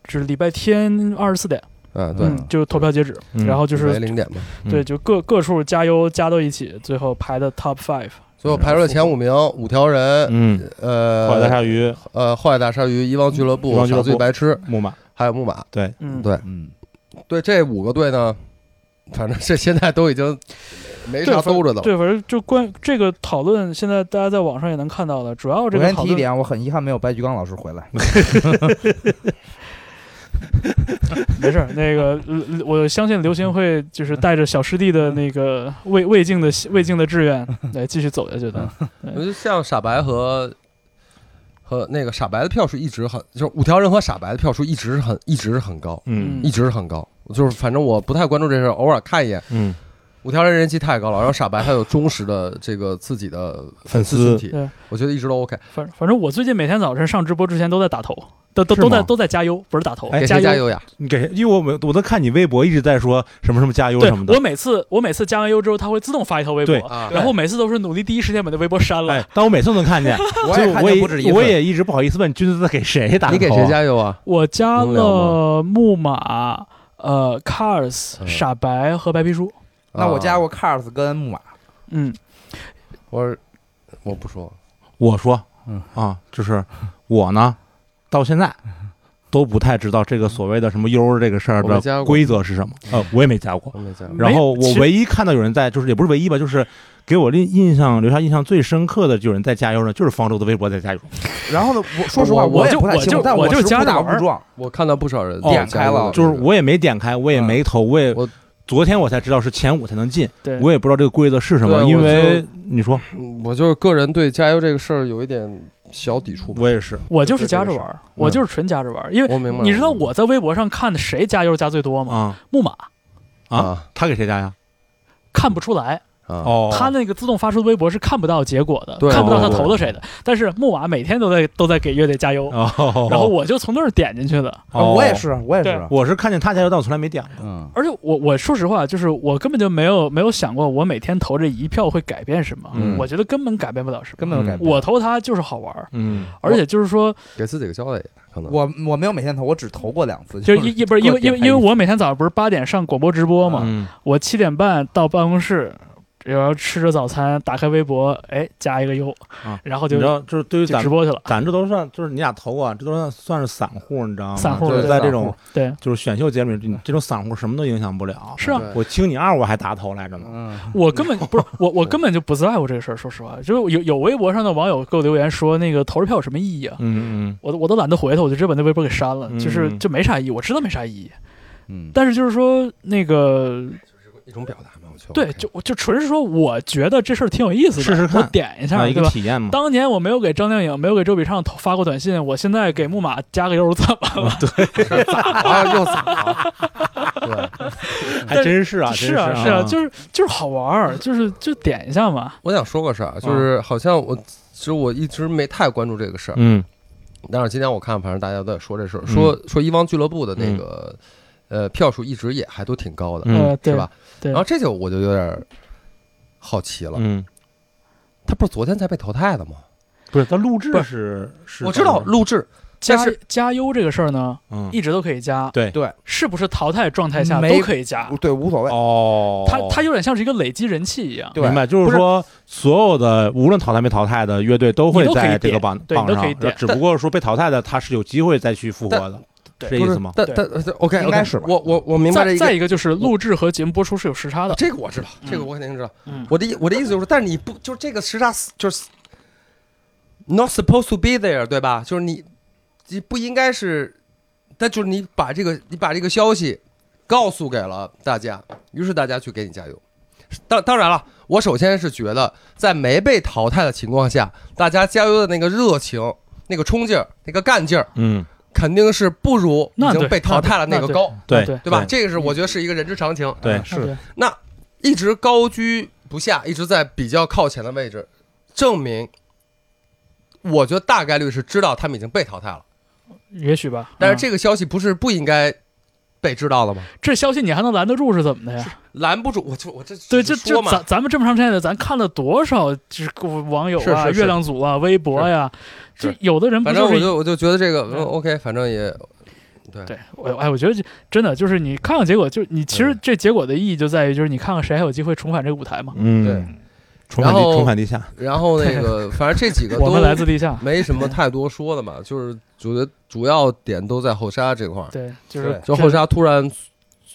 是礼拜天二十四点，
吧嗯对，
嗯
嗯，就投票截止，
嗯
然后就
没
是
零点吧。
嗯
对，就各各处加油加到一起，最后排的 top five，
最后排出了前五名：五条人，
嗯，
呃，
后来大鲨鱼、
呃，后海大鲨鱼、遗忘俱乐
遗
部、
忘俱乐
傻
部
最白痴，
木马，
还有木马。
对，
嗯，
对
嗯，
对，这五个队呢，反正这现在都已经没
对
啥
反
兜着的了。
对，反正就关这个讨论，现在大家在网上也能看到了，主要这个
我先
讨
提一
论
点，啊我很遗憾没有白举纲老师回来。
没事，儿，那个呃我相信流星会就是带着小师弟的那个未未尽的未尽的志 愿来继续走下去的。
嗯
我觉得像傻白和和那个傻白的票数一直很，就是五条人和傻白的票数一直是很一直是很高，
嗯
一直是很高。就是反正我不太关注这事，偶尔看一眼。
嗯，
五条人人气太高了，然后傻白还有忠实的这个自己的
粉
丝群
丝
体
对，
我觉得一直都 OK。
反反正我最近每天早晨上直播之前都在打头，都都
是
都在
吗哎
都在加油，不是打头，
给
加油
谁加油呀？
你给谁？因为我们我都看你微博一直在说什么什么加油
对
什么，的
我。每次我每次加完油之后，它会自动发一条微
对
博，
啊，
然后每次都是努力第一时间把那微博删了。
哎，但我每次都能看见，
我
所以
也看
我
见不止一
也我
次。
也一直不好意思问君子在给谁打头啊。
你给谁加油啊？
我加
能聊
了木马、呃 Cars、
嗯
傻白和白皮书。
那我加
啊
过 Cars 跟木马，
嗯，
我，我不说，
我说，
嗯
啊，就是我呢，到现在都不太知道这个所谓的什么 U 这个事儿
我没加
的
过
规则是什么。呃，我也没加过。
我没加过。
然后
没其
我
实
唯一看到有人在，就是也不是唯一吧，就是给我印印象留下印象最深刻的，有人在加油呢，就是方舟的微博在加油。
然后呢，我说实话
我
我也
就
不太
我
清
就
楚，但
我就
是
加
误
着
打
玩
误
儿
撞，
我看到不少人
点开了
啊就是我也没点开，我也
嗯
没投，我也
我
昨天我才知道是前五才能进，
对，
我也不知道这个规则是什么，
对
因
我
为你说
嗯我就是个人对加油这个事儿有一点小抵触吧。
我也是，
我就是加着玩儿，我就是纯加着玩儿，因为
我明白，
你知道我在微博上看的谁加油加最多吗？
啊、
木马
啊
他给谁加呀？
看不出来，
啊，
哦，
他那个自动发出的微博是看不到结果的
对，
看不到他
对对
投了谁的。但是木马每天都在都在给乐队加油，
哦，
然后我就从那儿点进去的。
啊我也是，我也是
对，
我是看见他加油，但我从来没点过。
嗯，
而且我我说实话，就是我根本就没有没有想过我每天投这一票会改变什么，
嗯
我觉得根本改变不了什么。
根本就改
嗯
不了。
我投他就是好玩儿，
嗯，
而且就是说，
给自己个交代，可能
我我没有每天投，我只投过两次，
就是是一不是因为因为因为我每天早上不是八点上广播直播嘛，
嗯，
我七点半到办公室，然后吃着早餐，打开微博，哎，加一个 U，、
啊
然后
你
就
知道，就是对于
就
咱
直播去了。
咱这都算，就是你俩投啊，这都算算是散户，你知道吗？
散户
就是
对
在这
散
种
对，
就是选秀节目里，你这种散户什么都影响不了。
是啊，
对
我清你二，我还打头来着呢。
嗯，
我根本不是 我，我根本就不在乎这个事儿。说实话，就是有有微博上的网友给我留言说，那个投这票有什么意义啊？
嗯嗯
我都我都懒得回他，我就直接把那微博给删了，
嗯
就是就没啥意义，我知道没啥意义。
嗯
但是就是说那个
一种表达嘛，我觉得
对，就我就纯是说，我觉得这事儿挺有意思的，
试试看
我点
嗯，
一
啊
下，
一
对
个
吧？
体验嘛。
当年我没有给张靓颖，没有给周笔畅投发过短信，我现在给木马加个 油怎么了？
啊，又咋了？对，
还真是啊，
是
啊，
是 就是就是好玩儿，就是就点一下嘛。
我想说个事儿，啊
嗯
就是好像我其实我一直没太关注这个事儿，
嗯
但是今天我看反正大家都在说这事儿，
嗯
说说一汪俱乐部的那个呃票数一直也还都挺高的，
嗯
呃，对
是吧？
对
然后这就我就有点好奇了，
嗯，
他不是昨天才被淘汰的吗？
不是，他录制
不
是是，
我知道，录制，但
加
是
加优这个事儿呢，
嗯，
一直都可以加，
对
对，
是不是淘汰状态下
没
都可以加？
对，无 所谓，
哦，
它它有点像是一个累积人气一样，
对
明白，就是说所有的无论淘汰没淘汰的乐队都会
你都可以
在这个
点
榜
对
榜
你都可以
上，
点
只不过说被淘汰的他是有机会再去复活
但
的，
对
是这
不
意
是
思吗？
但
对
但但 OK，
应该是吧
我我我明白这
再
一个
再一个就是录制和节目播出是有时差的，
这个我知道，这个我肯定知道。
啊嗯
我的意我的意思就是，但是你不就是这个时差就是 not supposed to be there，对吧？就是你你不应该是，但就是你把这个你把这个消息告诉给了大家，于是大家去给你加油。当当然了，我首先是觉得在没被淘汰的情况下，大家加油的那个热情、那个冲劲儿、那个干劲儿，
嗯，
肯定是不如已
那
经
对
被淘汰了
那
个
对嗯
高，
对
对
对吧？这个是我觉得是一个人之常情。
对，
啊对
那一直高居不下，一直在比较靠前的位置，证明，我觉得大概率是知道他们已经被淘汰了。
也许吧。
但是
嗯
这个消息不是不应该被知道了吗？
这消息你还能拦得住是怎么的呀？
拦不住，我就我这
对，就
只
是
说
就
嘛
咱，咱们这么长时间的，咱看了多少就是网友啊、
是是是
月亮组啊、微博呀、
是
就有的人不
反正
就
我
是
就我就觉得这个嗯
嗯
OK，反正也
对我哎，我觉得就真的就是你看看结果，就你其实
对
这结果的意义就在于就是你看看谁还有机会重返这个舞台嘛。
嗯，重返
然
地
后
重返地下，
然后那个反正这几 个
我
嗯都
们来自地下，
没什么太多说的嘛，就是主要主要点都在后沙这块儿，
对，就是
对
就后沙突然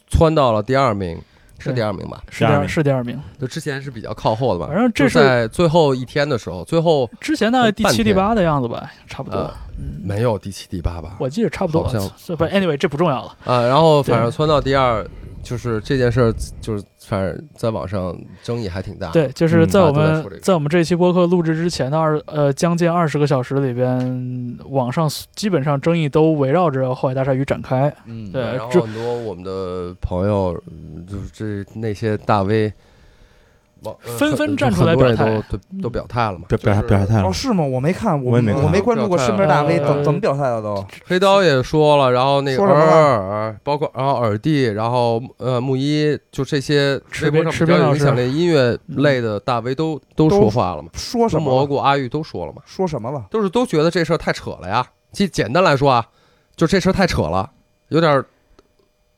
窜到了第二名，是
对
第二名吧？
是第二是第二名，
就之前是比较靠后的吧
反。正这
就是在最后一天的时候，最后
之前大概第
半
七、
天
第八的样子吧，差不多嗯
呃。没有第七、第八吧？
我记得差不多
好像，
这不 anyway 这不重要了。
啊，然后反
对
正窜到第二，就是这件事儿，就是反正在网上争议还挺大。，
对，就是
嗯
在
大家
我
都在
们、
说这个
在我们这期播客录制之前的二呃将近二十个小时里边，网上基本上争议都围绕着后海大鲨鱼展开。
嗯
对
然后
这
很多我们的朋友，嗯就是这那些大 V，网
纷纷站出来表态，
都都表态了嘛。
表表
就是
表表态了
哦，。是吗？我没看，
我
我
也没看
我没关注过身边大 V
呃
怎么怎么表态的都。
黑刀也说了，然后那个
说
尔
什么了
尔，包括然后尔弟，然后呃木一，就这些
池
微博
边
上
池
比
边
较
老
有影
师
响力音乐类的大 V 都都
都
说话了嘛，
说什
说
么
蘑
了？
菇阿玉都说了嘛，
说什么了？
都是都觉得这事儿太扯了呀。其实简单来说啊，就这事儿太扯了，有点儿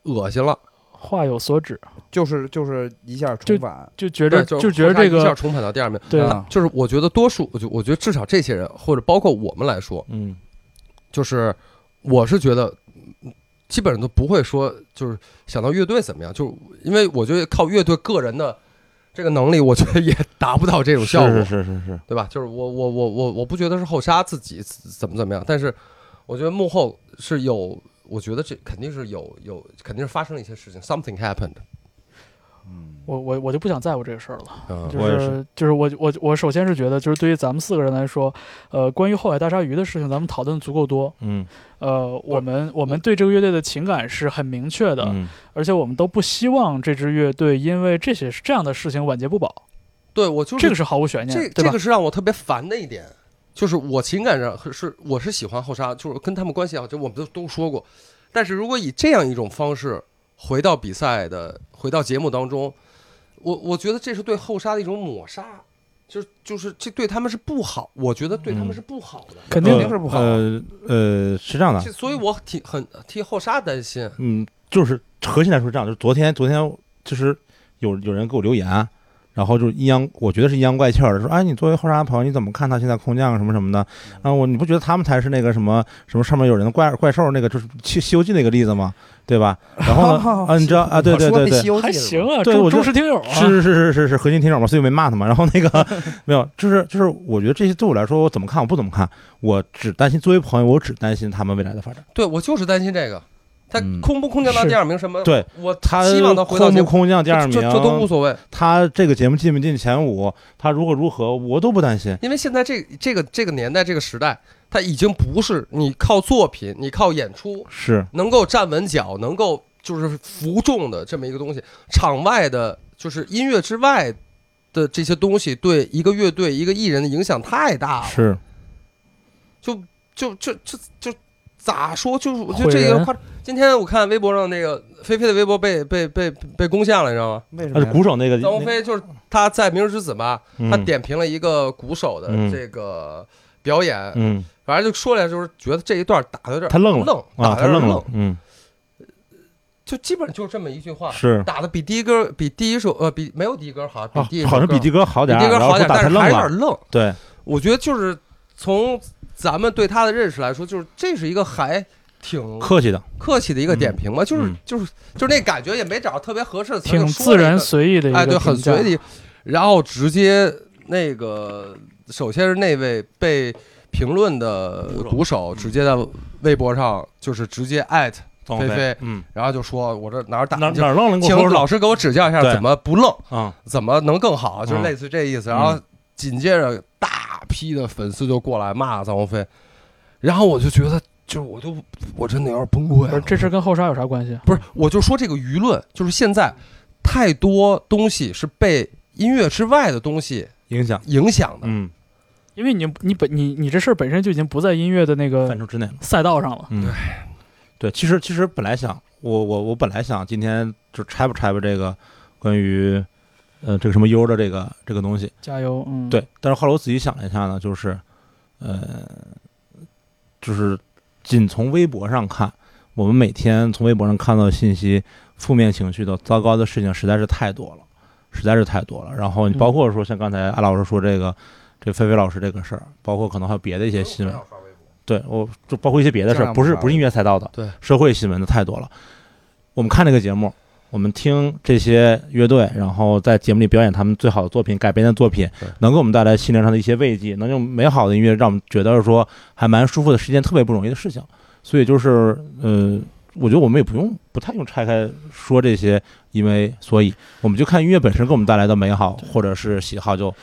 恶心了，
话有所指，
就是就是一下重返，
就觉着
对
就觉着这
侯莎一下
个
重返到第二名。
对
啊
就是我觉得多数，我就我觉得至少这些人，或者包括我们来说，
嗯，
就是我是觉得，嗯基本上都不会说，就是想到乐队怎么样，就是因为我觉得靠乐队个人的这个能力，我觉得也达不到这种效果，
是是是是是，
对吧？就是我我我我我不觉得是后沙自己怎么怎么样，但是我觉得幕后是有，我觉得这肯定是有有，肯定是发生了一些事情，something happened，
嗯
我我我就不想在乎这个事儿了。
嗯，
就
啊我也
是就是我我我首先是觉得，就是对于咱们四个人来说，呃，关于后海大鲨鱼的事情，咱们讨论足够多。
嗯
呃，我们我们对这个乐队的情感是很明确的，
嗯，
而且我们都不希望这支乐队因为这些这样的事情晚节不保，
对我就是
这个是毫无悬念
这
的，对
这
吧
个？是让我特别烦的一点，就是我情感上是我是喜欢后沙，就是跟他们关系好，就我们都都说过。但是如果以这样一种方式回到比赛的，回到节目当中，我我觉得这是对后沙的一种抹杀，就是就是这对他们是不好，我觉得对他们
嗯
是不好的。
肯定
肯
的
定是不好
呃呃，是这样的
这，所以我挺很替后沙担心。
嗯，就是核心来说是这样，就是昨天昨天就是有有人给我留言，然后就是阴阳，我觉得是阴阳怪气儿的，说哎，你作为后沙朋友，你怎么看他现在空降什么什么的？啊，我你不觉得他们才是那个什么什么上面有人的怪怪兽那个就是西西游记那个例子吗？对吧？然后
哦
呢，啊，你知道啊，对对对对，
对
还行啊，
对
忠
我就
忠实听友啊，
是是是是是核心听众嘛，所以没骂他嘛。然后那个没有，就是就是，我觉得这些对我来说，我怎么看我不怎么看，我只担心作为朋友，我只担心他们未来的发展。
对我就是担心这个，他
嗯
空不空降到
是
第二名什么？
对，
我
他
希望他回到
空
节
不
目
空降第二名，
这这都无所谓。
他这个节目进不进前五，他如何如何，我都不担心。
因为现在这这个这个年代这个时代，它已经不是你靠作品、你靠演出
是，
能够站稳脚、能够就是服众的这么一个东西。场外的，就是音乐之外的这些东西，对一个乐队、一个艺人的影响太大了。
是，
就就就就就咋说？就是我觉得
毁
这个
人
夸。今天我看微博上那个菲菲的微博被被被被攻陷了，你知道吗？
为什
他是
么呀？
鼓手那个，
张鸿
那
飞就是他在《明日之子》嘛，他
嗯
点评了一个鼓手的
嗯
这个表演，
嗯，
反正就说来就是觉得这一段打的有点
他愣了
愣，
啊，
打
他
的有
愣
点啊
了，，嗯，
就基本就这么一句话，
是
打的比第一歌比第一首呃比没有第一歌好，比
啊
第一，首
好像
歌
比迪哥好点
比
儿，
第一歌
然后
好
说
点，
打
但
他
是
愣
还是有
了，
点愣。
对，
我觉得就是从咱们对他的认识来说，就是这是一个还挺
客气的，
客气的一个点评吧，就是
嗯就是
就是就是那感觉也没找着特别合适的词，
挺
就说
自
了一
然
个
随意的一个
哎，
评
对，
价
很随意。然后直接那个，首先是那位被评论的鼓手，直接在微博上就是直接艾特，
张
飞
鸿飞
飞，
嗯，
然后就说我这哪儿打
哪
的
哪儿愣了？你给
请
我说
老
说，
师给我指教一下
对
怎么不愣，
啊，
怎么能更好，就是
嗯
类似这意思。然后
嗯
紧接着大批的粉丝就过来骂臧鸿飞，然后我就觉得，就是我都我真的有点崩溃啊
不是
了。
这事儿跟后沙有啥关系？啊
不是，我就说这个舆论，就是现在太多东西是被音乐之外的东西
影响，
影响的。
嗯，
因为你你本你你这事儿本身就已经不在音乐的那
范
个
畴之内了。
赛道上了，
嗯，对，其实其实本来想，我我我本来想今天就拆吧拆吧这个关于呃这个什么优的这个这个东西，
加油，嗯，，
对，但是后来我仔细想了一下呢，就是呃，就是仅从微博上看，我们每天从微博上看到的信息，负面情绪的糟糕的事情实在是太多了，实在是太多了。然后你包括说像刚才阿老师说这个。这菲菲老师这个事儿，包括可能还有别的一些新闻，对我就包括一些别的事
尽
儿，
量
不是
不
不是音乐赛道的，
对
社会新闻的太多了。我们看这个节目，我们听这些乐队，然后在节目里表演他们最好的作品、改编的作品
对，
能给我们带来心灵上的一些慰藉，能用美好的音乐让我们觉得说还蛮舒服的，是一件特别不容易的事情。所以就是，呃，我觉得我们也不用不太用拆开说这些，因为所以我们就看音乐本身给我们带来的美好或者是喜好就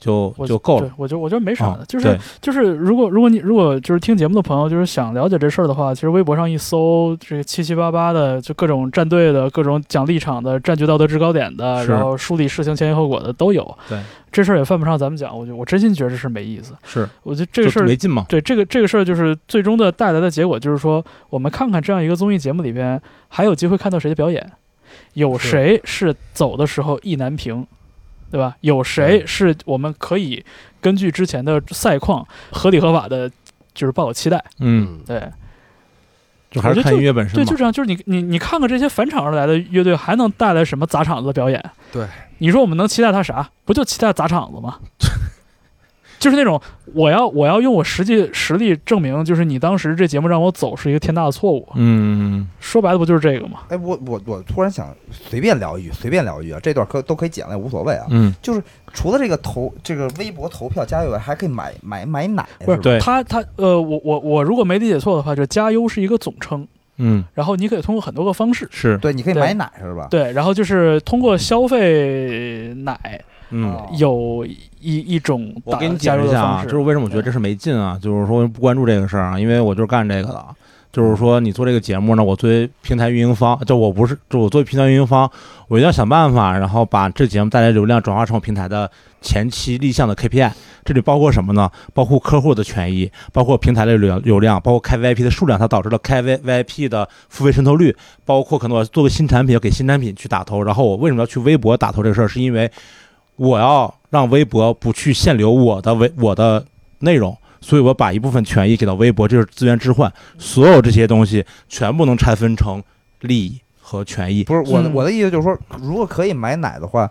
就
我
就够
对
了。
我觉得我觉得没啥
啊
的，就是
对
就是如果如果你如果就是听节目的朋友，就是想了解这事儿的话，其实微博上一搜，这个七七八八的，就各种站队的、各种讲立场的、占据道德制高点的，
是
然后梳理事情前因后果的都有。
对，
这事儿也犯不上咱们讲，我就我真心觉得这事儿没意思。
是
我觉得这
就
个事儿
没劲嘛。
对这个这个事儿，就是最终的带来的结果，就是说，我们看看这样一个综艺节目里边，还有机会看到谁的表演，有
是
谁是走的时候意难平，对吧？有谁是我们可以根据之前的赛况合理合法的，就是抱有期待，
嗯，
对
就还是看音乐本身
对，
嘛
就。这样，就是你你你看看这些返场而来的乐队还能带来什么砸场子的表演？
对，
你说我们能期待他啥？不就期待砸场子吗？ 就是那种我要我要用我实际实力证明，就是你当时这节目让我走是一个天大的错误。
嗯，
说白了不就是这个吗？
哎，我我我突然想随便聊一句，随便聊一句啊，这段可都可以剪了，也无所谓啊。
嗯，
除了这个投这个微博投票加以外，还可以买买买奶，
不
吧
对，
他他呃，我我我如果没理解错的话，就加优是一个总称，
嗯
然后你可以通过很多个方式。
是，
对，你可以
对
买奶是吧？
对，然后就是通过消费奶
嗯。
哦
有一一种
我给你
加
解释
入
一
的
下
方
啊，
式，
就是为什么我觉得这事没劲啊，就是说不关注这个事儿啊，因为我就是干这个的啊。就是说，你做这个节目呢，我作为平台运营方，就我不是，就我作为平台运营方，我一定要想办法，然后把这节目带来流量转化成我平台的前期立项的 KPI。这里包括什么呢？包括客户的权益，包括平台的流流量，包括开 VIP 的数量，它导致了开 V VIP 的付费渗透率，包括可能我要做个新产品，要给新产品去打头。然后我为什么要去微博打头这个事儿？是因为我要让微博不去限流我的微我的内容，所以我把一部分权益给到微博，这就是资源置换。所有这些东西全部能拆分成利益和权益。
不是我的
嗯
我的意思就是说，如果可以买奶的话，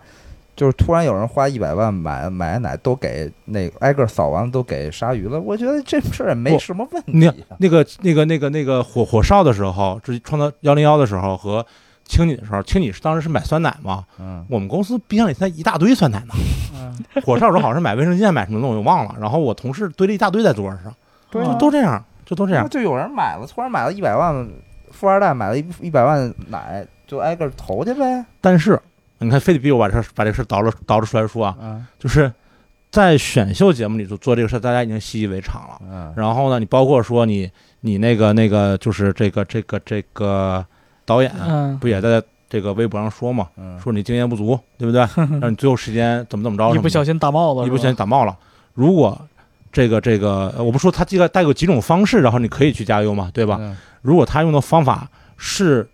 就是突然有人花一百万买买奶，都给那个挨个扫完了都给鲨鱼了，我觉得这事儿也没
不
什么问
你
题啊
看。那个那个那个那个火火烧的时候，就是创造幺零幺的时候和清你的时候，清你是当时是买酸奶嘛？
嗯，
我们公司冰箱里现在一大堆酸奶呢。
嗯
火烧的时候好像是买卫生巾还是买什么东西，我忘了。然后我同事堆了一大堆在桌上，
嗯
对
就
啊
都这样，就都这样。
就有人买了，突然买了一百万，富二代买了一一百万奶，就挨个投去呗。
但是你看，非得逼我把这事把这事倒了倒了出来说啊，
嗯
就是在选秀节目里头做这个事儿，大家已经习以为常了。
嗯，
然后呢，你包括说你你那个那个就是这个这个这个导演啊
嗯，
不也在这个微博上说嘛，
嗯
说你经验不足，对 不对？让你最后时间怎么怎么着，
一不小心打帽子，
一不
是
小
吧
心感冒了，如果这个这个，呃我不说他这个带有几种方式，然后你可以去加油嘛，对
对
吧？？如果他用的方法是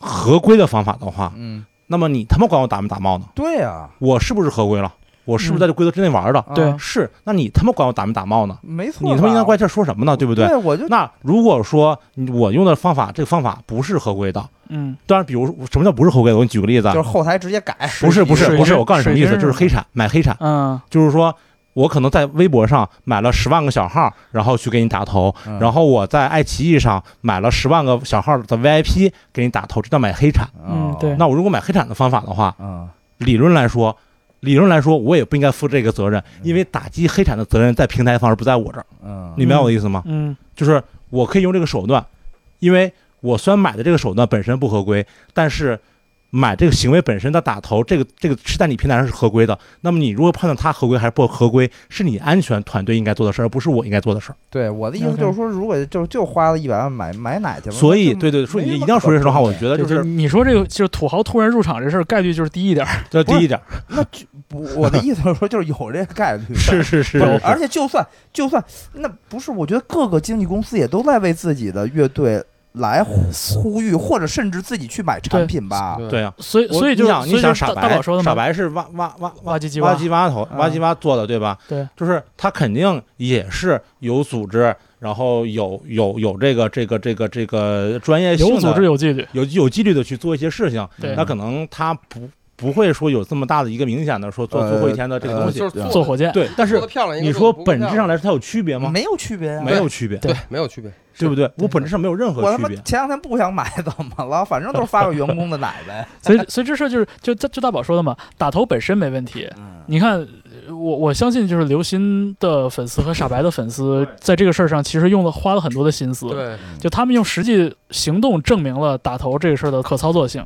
合规的方法的话，
嗯，
那么你他妈管我打没打帽呢？
对啊，
我是不是合规了？我是不是在这规则之内玩的？
嗯啊
对
是，那你他妈管我打没打帽呢？
没错吧，
你他妈应该怪这说什么呢？对不对？
对，我就
那如果说你我用的方法，这个方法不是合规的，
嗯，
当然，比如什么叫不是合规的？我给你举个例子啊
就，是后台直接改，
不是不是
水
不是，
军
我告诉你什么
水
意思，
军
就是是
吗
黑产买黑产，
嗯，
就是说我可能在微博上买了十万个小号，然后去给你打头，
嗯
然后我在爱奇艺上买了十万个小号的 VIP 给你打头，这叫买黑产。
嗯对
哦那我如果买黑产的方法的话，
嗯
理论来说，理论来说我也不应该负这个责任，因为打击黑产的责任在平台方而不在我这儿。
嗯，
你明白我的意思吗？
嗯，
就是我可以用这个手段，因为我虽然买的这个手段本身不合规，但是买这个行为本身的打头，这个这个是在你平台上是合规的。那么你如何判断它合规还是不合规，是你安全团队应该做的事儿，而不是我应该做的事儿。
对我的意思就是说，如果就就花了一百万买买奶去了，
所以，
那就
对对，
没
所以你
什
一
么
定要说这
可
种话，我
争
觉得
对，
就
就是你说这个就是土豪突然入场这事儿概率就是低一点儿，
这第一点儿，
那就不我的意思就是说，就是有这个概率
是是是
不是
是，
而且就算就算那不是，我觉得各个经纪公司也都在为自己的乐队来呼呼吁，或者甚至自己去买产品吧。
对啊。
所以
我
所以就
你
是
想
所
你
以就
想
是
傻
大大
白
宝说的
傻
嘛，
白是挖挖挖
挖唧唧
挖
挖
机挖头挖机挖做的，对吧？
嗯对，
就是他肯定也是有组织，然后有有有这个这个这个这个专业性的
有组织有纪律，
有有纪律的去做一些事情，
对
那可能他不不会说有这么大的一个明显的说做最后一天的这个东西，
呃就是做
坐火
嗯
箭，
对，但
做
是
的漂亮一个，
你
做
说
得不
本
漂
质上
亮
来说它有区别吗？
没有区别呀、
没有区别，
对
对，没有区别。
对不对？
对
我本质上没有任
我
何
他
区
妈
别，
前两天不想买，怎么了？反正都是发给员工的奶呗。
所以所以这事儿就是就就大宝说的嘛，打头本身没问题，
嗯，
你看，呃我我相信就是刘鑫的粉丝和傻白的粉丝在这个事儿上其实用了花了很多的心思，，
对，
就他们用实际行动证明了打头这个事儿的可操作性，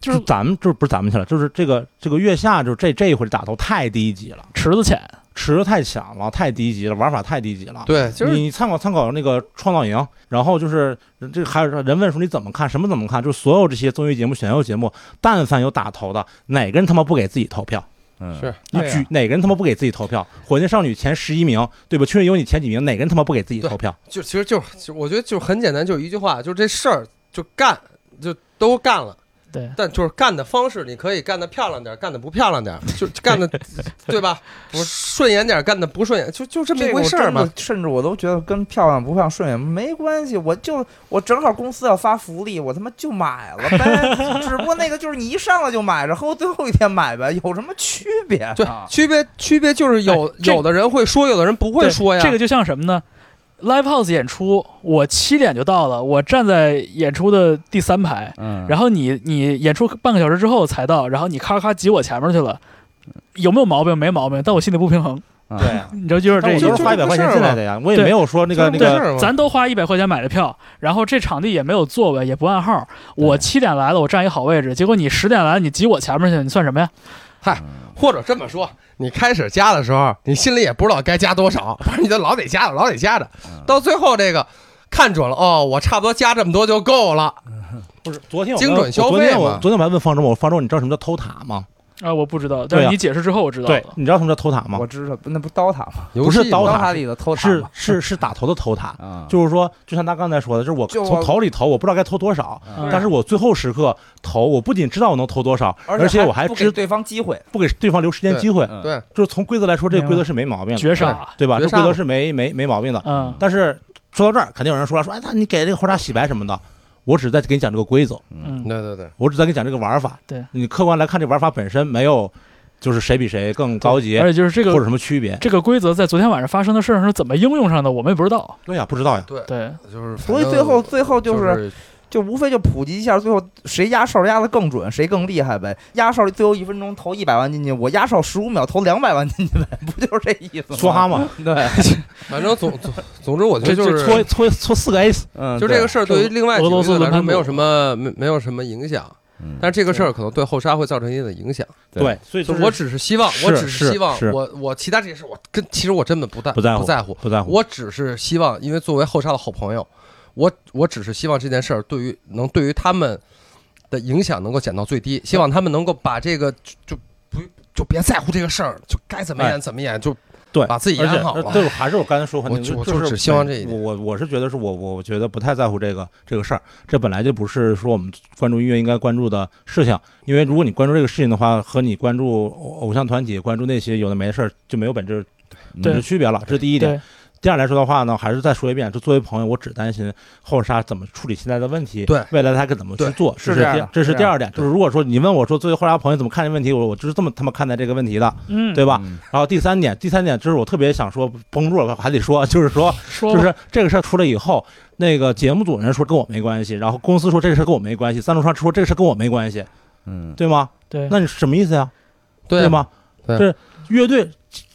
就
就是咱们就是不是咱们去了，就是这个这个月下就是这这一回打头太低级了，
池子浅，
池子太浅了，太低级了，玩法太低级了。
对，就是
你参考参考那个《创造营》，然后就是这还有人问说你怎么看，什么怎么看？就是所有这些综艺节目、选秀节目，但凡有打头的，哪个人他妈不给自己投票？
嗯，
是
你
对啊
举哪个人他妈不给自己投票？火箭少女前十一名，对吧？确实有你前几名，哪个人他妈不给自己投票？
就其实就是其实我觉得就是很简单，就是一句话，就是这事儿就干，就都干了。
对，
但就是干的方式，你可以干的漂亮点，干的不漂亮点，就干 的，对吧？我顺眼点，干的不顺眼，就就这么一
这
回
回
事
事
儿
儿
嘛
嘛。，甚至我都觉得跟漂亮不漂亮、顺眼没关系，我就我正好公司要发福利，我他妈就买了呗。只不过那个就是你一上来就买着，和我最后一天买呗，有什么区别啊？
对，区别区别就是有
这
有的人会说，有的人不会
对
说呀。
这个就像什么呢？Live House 演出，我七点就到了，我站在演出的第三排，
嗯
然后你你演出半个小时之后才到，然后你咔咔挤我前面去了，有没有毛病？没毛病，但我心里不平衡，
后
对，啊，
你知道就是
但
这
我
意思
都
就是是
花一百块钱进来的呀，我也没有说那个那
就这么回
个
事儿嘛
咱都花一百块钱买的票，然后这场地也没有座位，也不按号。我七点来了，我占一好位置，结果你十点来了，你挤我前面去，你算什么呀？
或者这么说，你开始加的时候，你心里也不知道该加多少，反正你就老得加着，老得加着，到最后这个看准了，哦，我差不多加这么多就够了。
不是昨天我
精准消费
我
嘛
昨天我昨天我还问方舟，我说方舟你知道什么叫偷塔吗？
啊，我不知道，但
对
是
啊
你解释之后我知道了。
你知道什么叫偷塔吗
我？知道那不刀塔吗？
不
是刀
刀
塔
塔里的偷塔
是
吗
是是打头的偷塔，
啊，
就是说，就像他刚才说的，就是我
就
从
我
头里投，我不知道该投多少，
嗯
但是我最后时刻投，我不仅知道我能投多少，而
且
我还
不给
知
对方机会，
不给对方留时间机会。
嗯
对，
就是从规则来说，这个
明白
规则是没毛病的，
绝杀，
对吧？
绝
这
杀
规则是没没没毛病的。
嗯，
但是说到这儿，肯定有人说了，说哎，那你给这个红茶洗白什么的，我只是在给你讲这个规则，
嗯，
对对对，
我只是在给你讲这个玩法。
对
你客观来看，这玩法本身没有，就是谁比谁更高级
而且就是这
或
个
者什么区别。
这个规则在昨天晚上发生的事儿上是怎么应用上的，我们也不知道。
对呀，不知道呀。
对，
就是反正
所以最后最后就是
是
就无非就普及一下，最后谁压哨压的更准，谁更厉害呗。压哨最后一分钟投一百万进去，我压哨十五秒投两百万进去呗，不就是这意思吗？
梭哈嘛，
对，
反正总总总之，我觉得
这
就是
搓搓搓四个 ace，
嗯，
就这个事儿，对于另外几
俄
个
罗
乐
斯
队来
轮
说
盘
没有什么没没有什么影响，但是这个事儿可能对后沙会造成一定的影响。
对
对，所以
就
就是
我只是希望，
是
我只希望
是，是
我我其他这些事我跟其实我真的不在
不在乎
不在乎，
不在乎。
我只是希望，因为作为后沙的好朋友，我我只是希望这件事儿对于能对于他们的影响能够减到最低，希望他们能够把这个就就不就别在乎这个事儿，就该怎么
哎
演怎么演，就
对，
把自己
而且
演好了
对，我还是我刚才说回那
我
个，
就我
就
就是只希望这一
我
点
我我是觉得是我我我觉得不太在乎这个这个事儿，这本来就不是说我们关注音乐应该关注的事情，因为如果你关注这个事情的话，和你关注偶偶像团体、关注那些有的没的事儿就没有本质本质
对
区别了，这是第一点
对。
第二来说的话呢，还是再说一遍，就作为朋友，我只担心后沙怎么处理现在的问题，
对
未来他该怎么去
对
做，
是
这
这样
第
的
这
是
是
这
第
样
二点，就是如果说你问我说作为后沙朋友怎么看这问题，我我就是这么他妈看待这个问题的，
嗯，
对吧？
嗯
然后第三点，第三点就是我特别想说，绷不住了还得说，就是 说，
说
就
吧
是这个事儿出来以后，那个节目组人说跟我没关系，然后公司说这个事儿跟我没关系，赞助商说这个事儿跟我没关系，
嗯，
对吗？
对，
那你什么意思呀？
对啊
吗？
对
这乐队，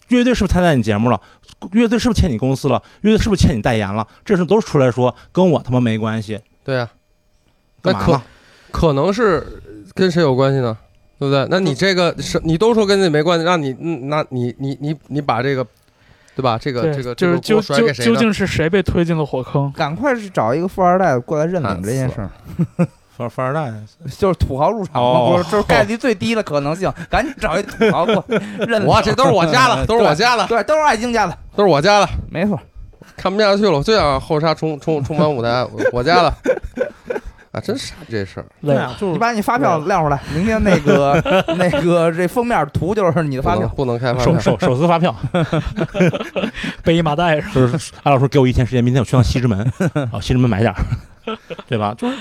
乐队是不是太在你节目了？乐队是不是欠你公司了？乐队是不是欠你代言了？这事都出来说跟我他妈没关系，
对啊，那
干嘛呢？
可能是跟谁有关系呢？对不对？那你这个是你都说跟自己没关系，让你嗯那你你你你把这个对吧？这个
对
这个
就是
这个
究
锅甩
究
给谁
究
呢？
竟是谁被推进了火坑？
赶快去找一个富二代过来认领这件事儿，
富富二代，啊
就是土豪入场嘛，
哦
不是，就是概率最低的可 能性，赶紧找一土豪过来认领。
我这都是我家的，都是我家的，
对，都是爱京家的，
都是我家的。
没错。
看不下去了，我就想让后沙重重重返舞台，我我家了。啊，真傻这事儿，
累
对
了，
啊，就
你
是
把你发票亮出来，明天那 个那个这封面图就是你的
不
发
能
票。
哎
不能开发
手
票。
手手撕 发票，
背一麻袋上。
就是艾老师给我一天时间，明天我去趟西直门， 啊，西直门买点儿，对吧？就是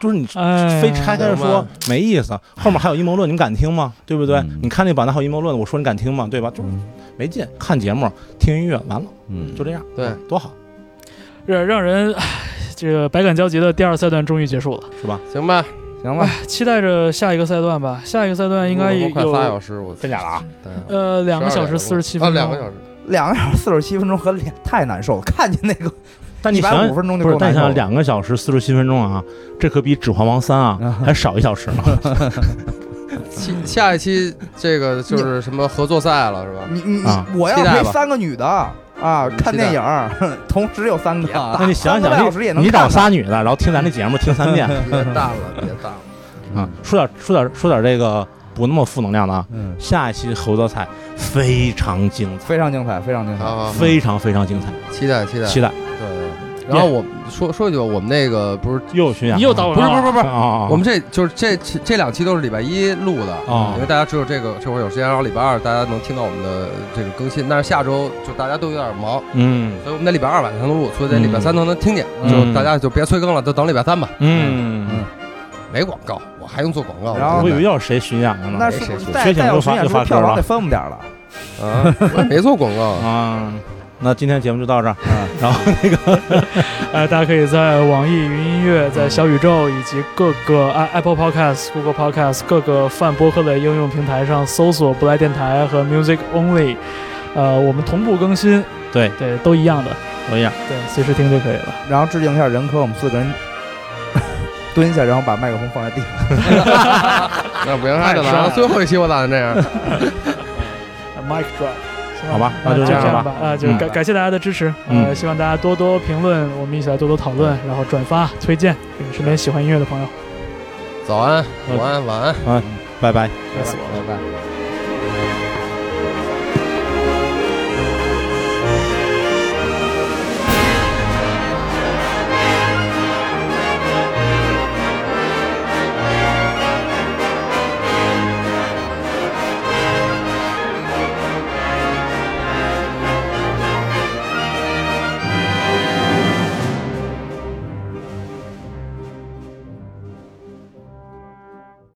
就是你
哎，
非拆开
明白
说没意思，后面还有阴谋论，你们敢听吗？对不对？
嗯
你看那版的还有阴谋论，我说你敢听吗？对吧？就是没劲，看节目听音乐完了，
嗯
就这样，
对，
多好
让让人唉这个百感交集的第二赛段终于结束了，
是吧？
行吧，
行吧，
期待着下一个赛段吧。下一个赛段应该
录了
有
快仨小时，我
真假了啊？
对
呃两个小时四十七
啊，
分
两个
钟。
小时，
两个小时四十七分钟和两太难受了，看见那个
但你
一
想
百
想
五分钟就
不是
够，
但
难
你
受
想想
了。
两 个小时四十七分钟啊，这可比《指环王三》啊还少一小时呢。
期下一期这个就是什么合作赛了是吧？
你你
啊
你，我要
期待
陪
吧
三个女的啊
嗯
看
期待
电影儿， 同时有三 个，
那你想
三 个半小
想，
时也
你
能
你
看
找
呢
仨女的，然后听咱这节 目听三遍
别淡了，别淡了。
啊，说点说点说点这个不那么负能量的啊。
嗯，
下一期猴子菜非常精彩，
非常精彩，非常精
嗯
彩。
好好，
非常非常精彩，
啊期待
啊
期待。
期待
对对。然后我说说一句吧，我们那个不是
又有巡演啊，
你又打我
不是不是不是不
啊
是，
啊啊！
我们这就是这这两期都是礼拜一录的嗯
哦
因为大家只有这个这会儿有时间，然后礼拜二大家能听到我们的这个更新。但是下周就大家都有点忙，
嗯
所以我们在礼拜二晚上能录，所以在礼拜三都能听见。
嗯
就大家就别催更了，就等礼拜三吧。
嗯，
没广告，我还用做广告？
然后
我
我
以
真
为
的
要是谁巡演了呢
那是不
谁
是
谁
再
谁请
再
就
有
发
巡演，
就是
不
发
是票
歌
房
了
得分我们点儿了。
啊，我也没做广告。
啊。那今天节目就到这儿，
嗯
然后那个
呃，大家可以在网易云音乐、在小宇宙以及各个 i Apple Podcast、Google Podcast 各个泛播客的应用平台上搜索“不来电台”和 “Music Only”，呃，我们同步更新，
对
对，都一样的，
我一样，
对，随时听就可以了。
然后致敬一下任科，我们四个人 蹲下，然后把麦克风放在地上。
那不行，还得拿最后一期我打算这样。
呃 Mic Drop，行
好吧，那就
就
这样
样
吧。
啊，就是
嗯
感感谢大家的支持，呃，
嗯
希望大家多多评论，我们一起来多多讨论，然后转发、推荐给你身边喜欢音乐的朋友。
早安，午安，晚安。
拜拜。
累死我了。
拜拜。
拜拜。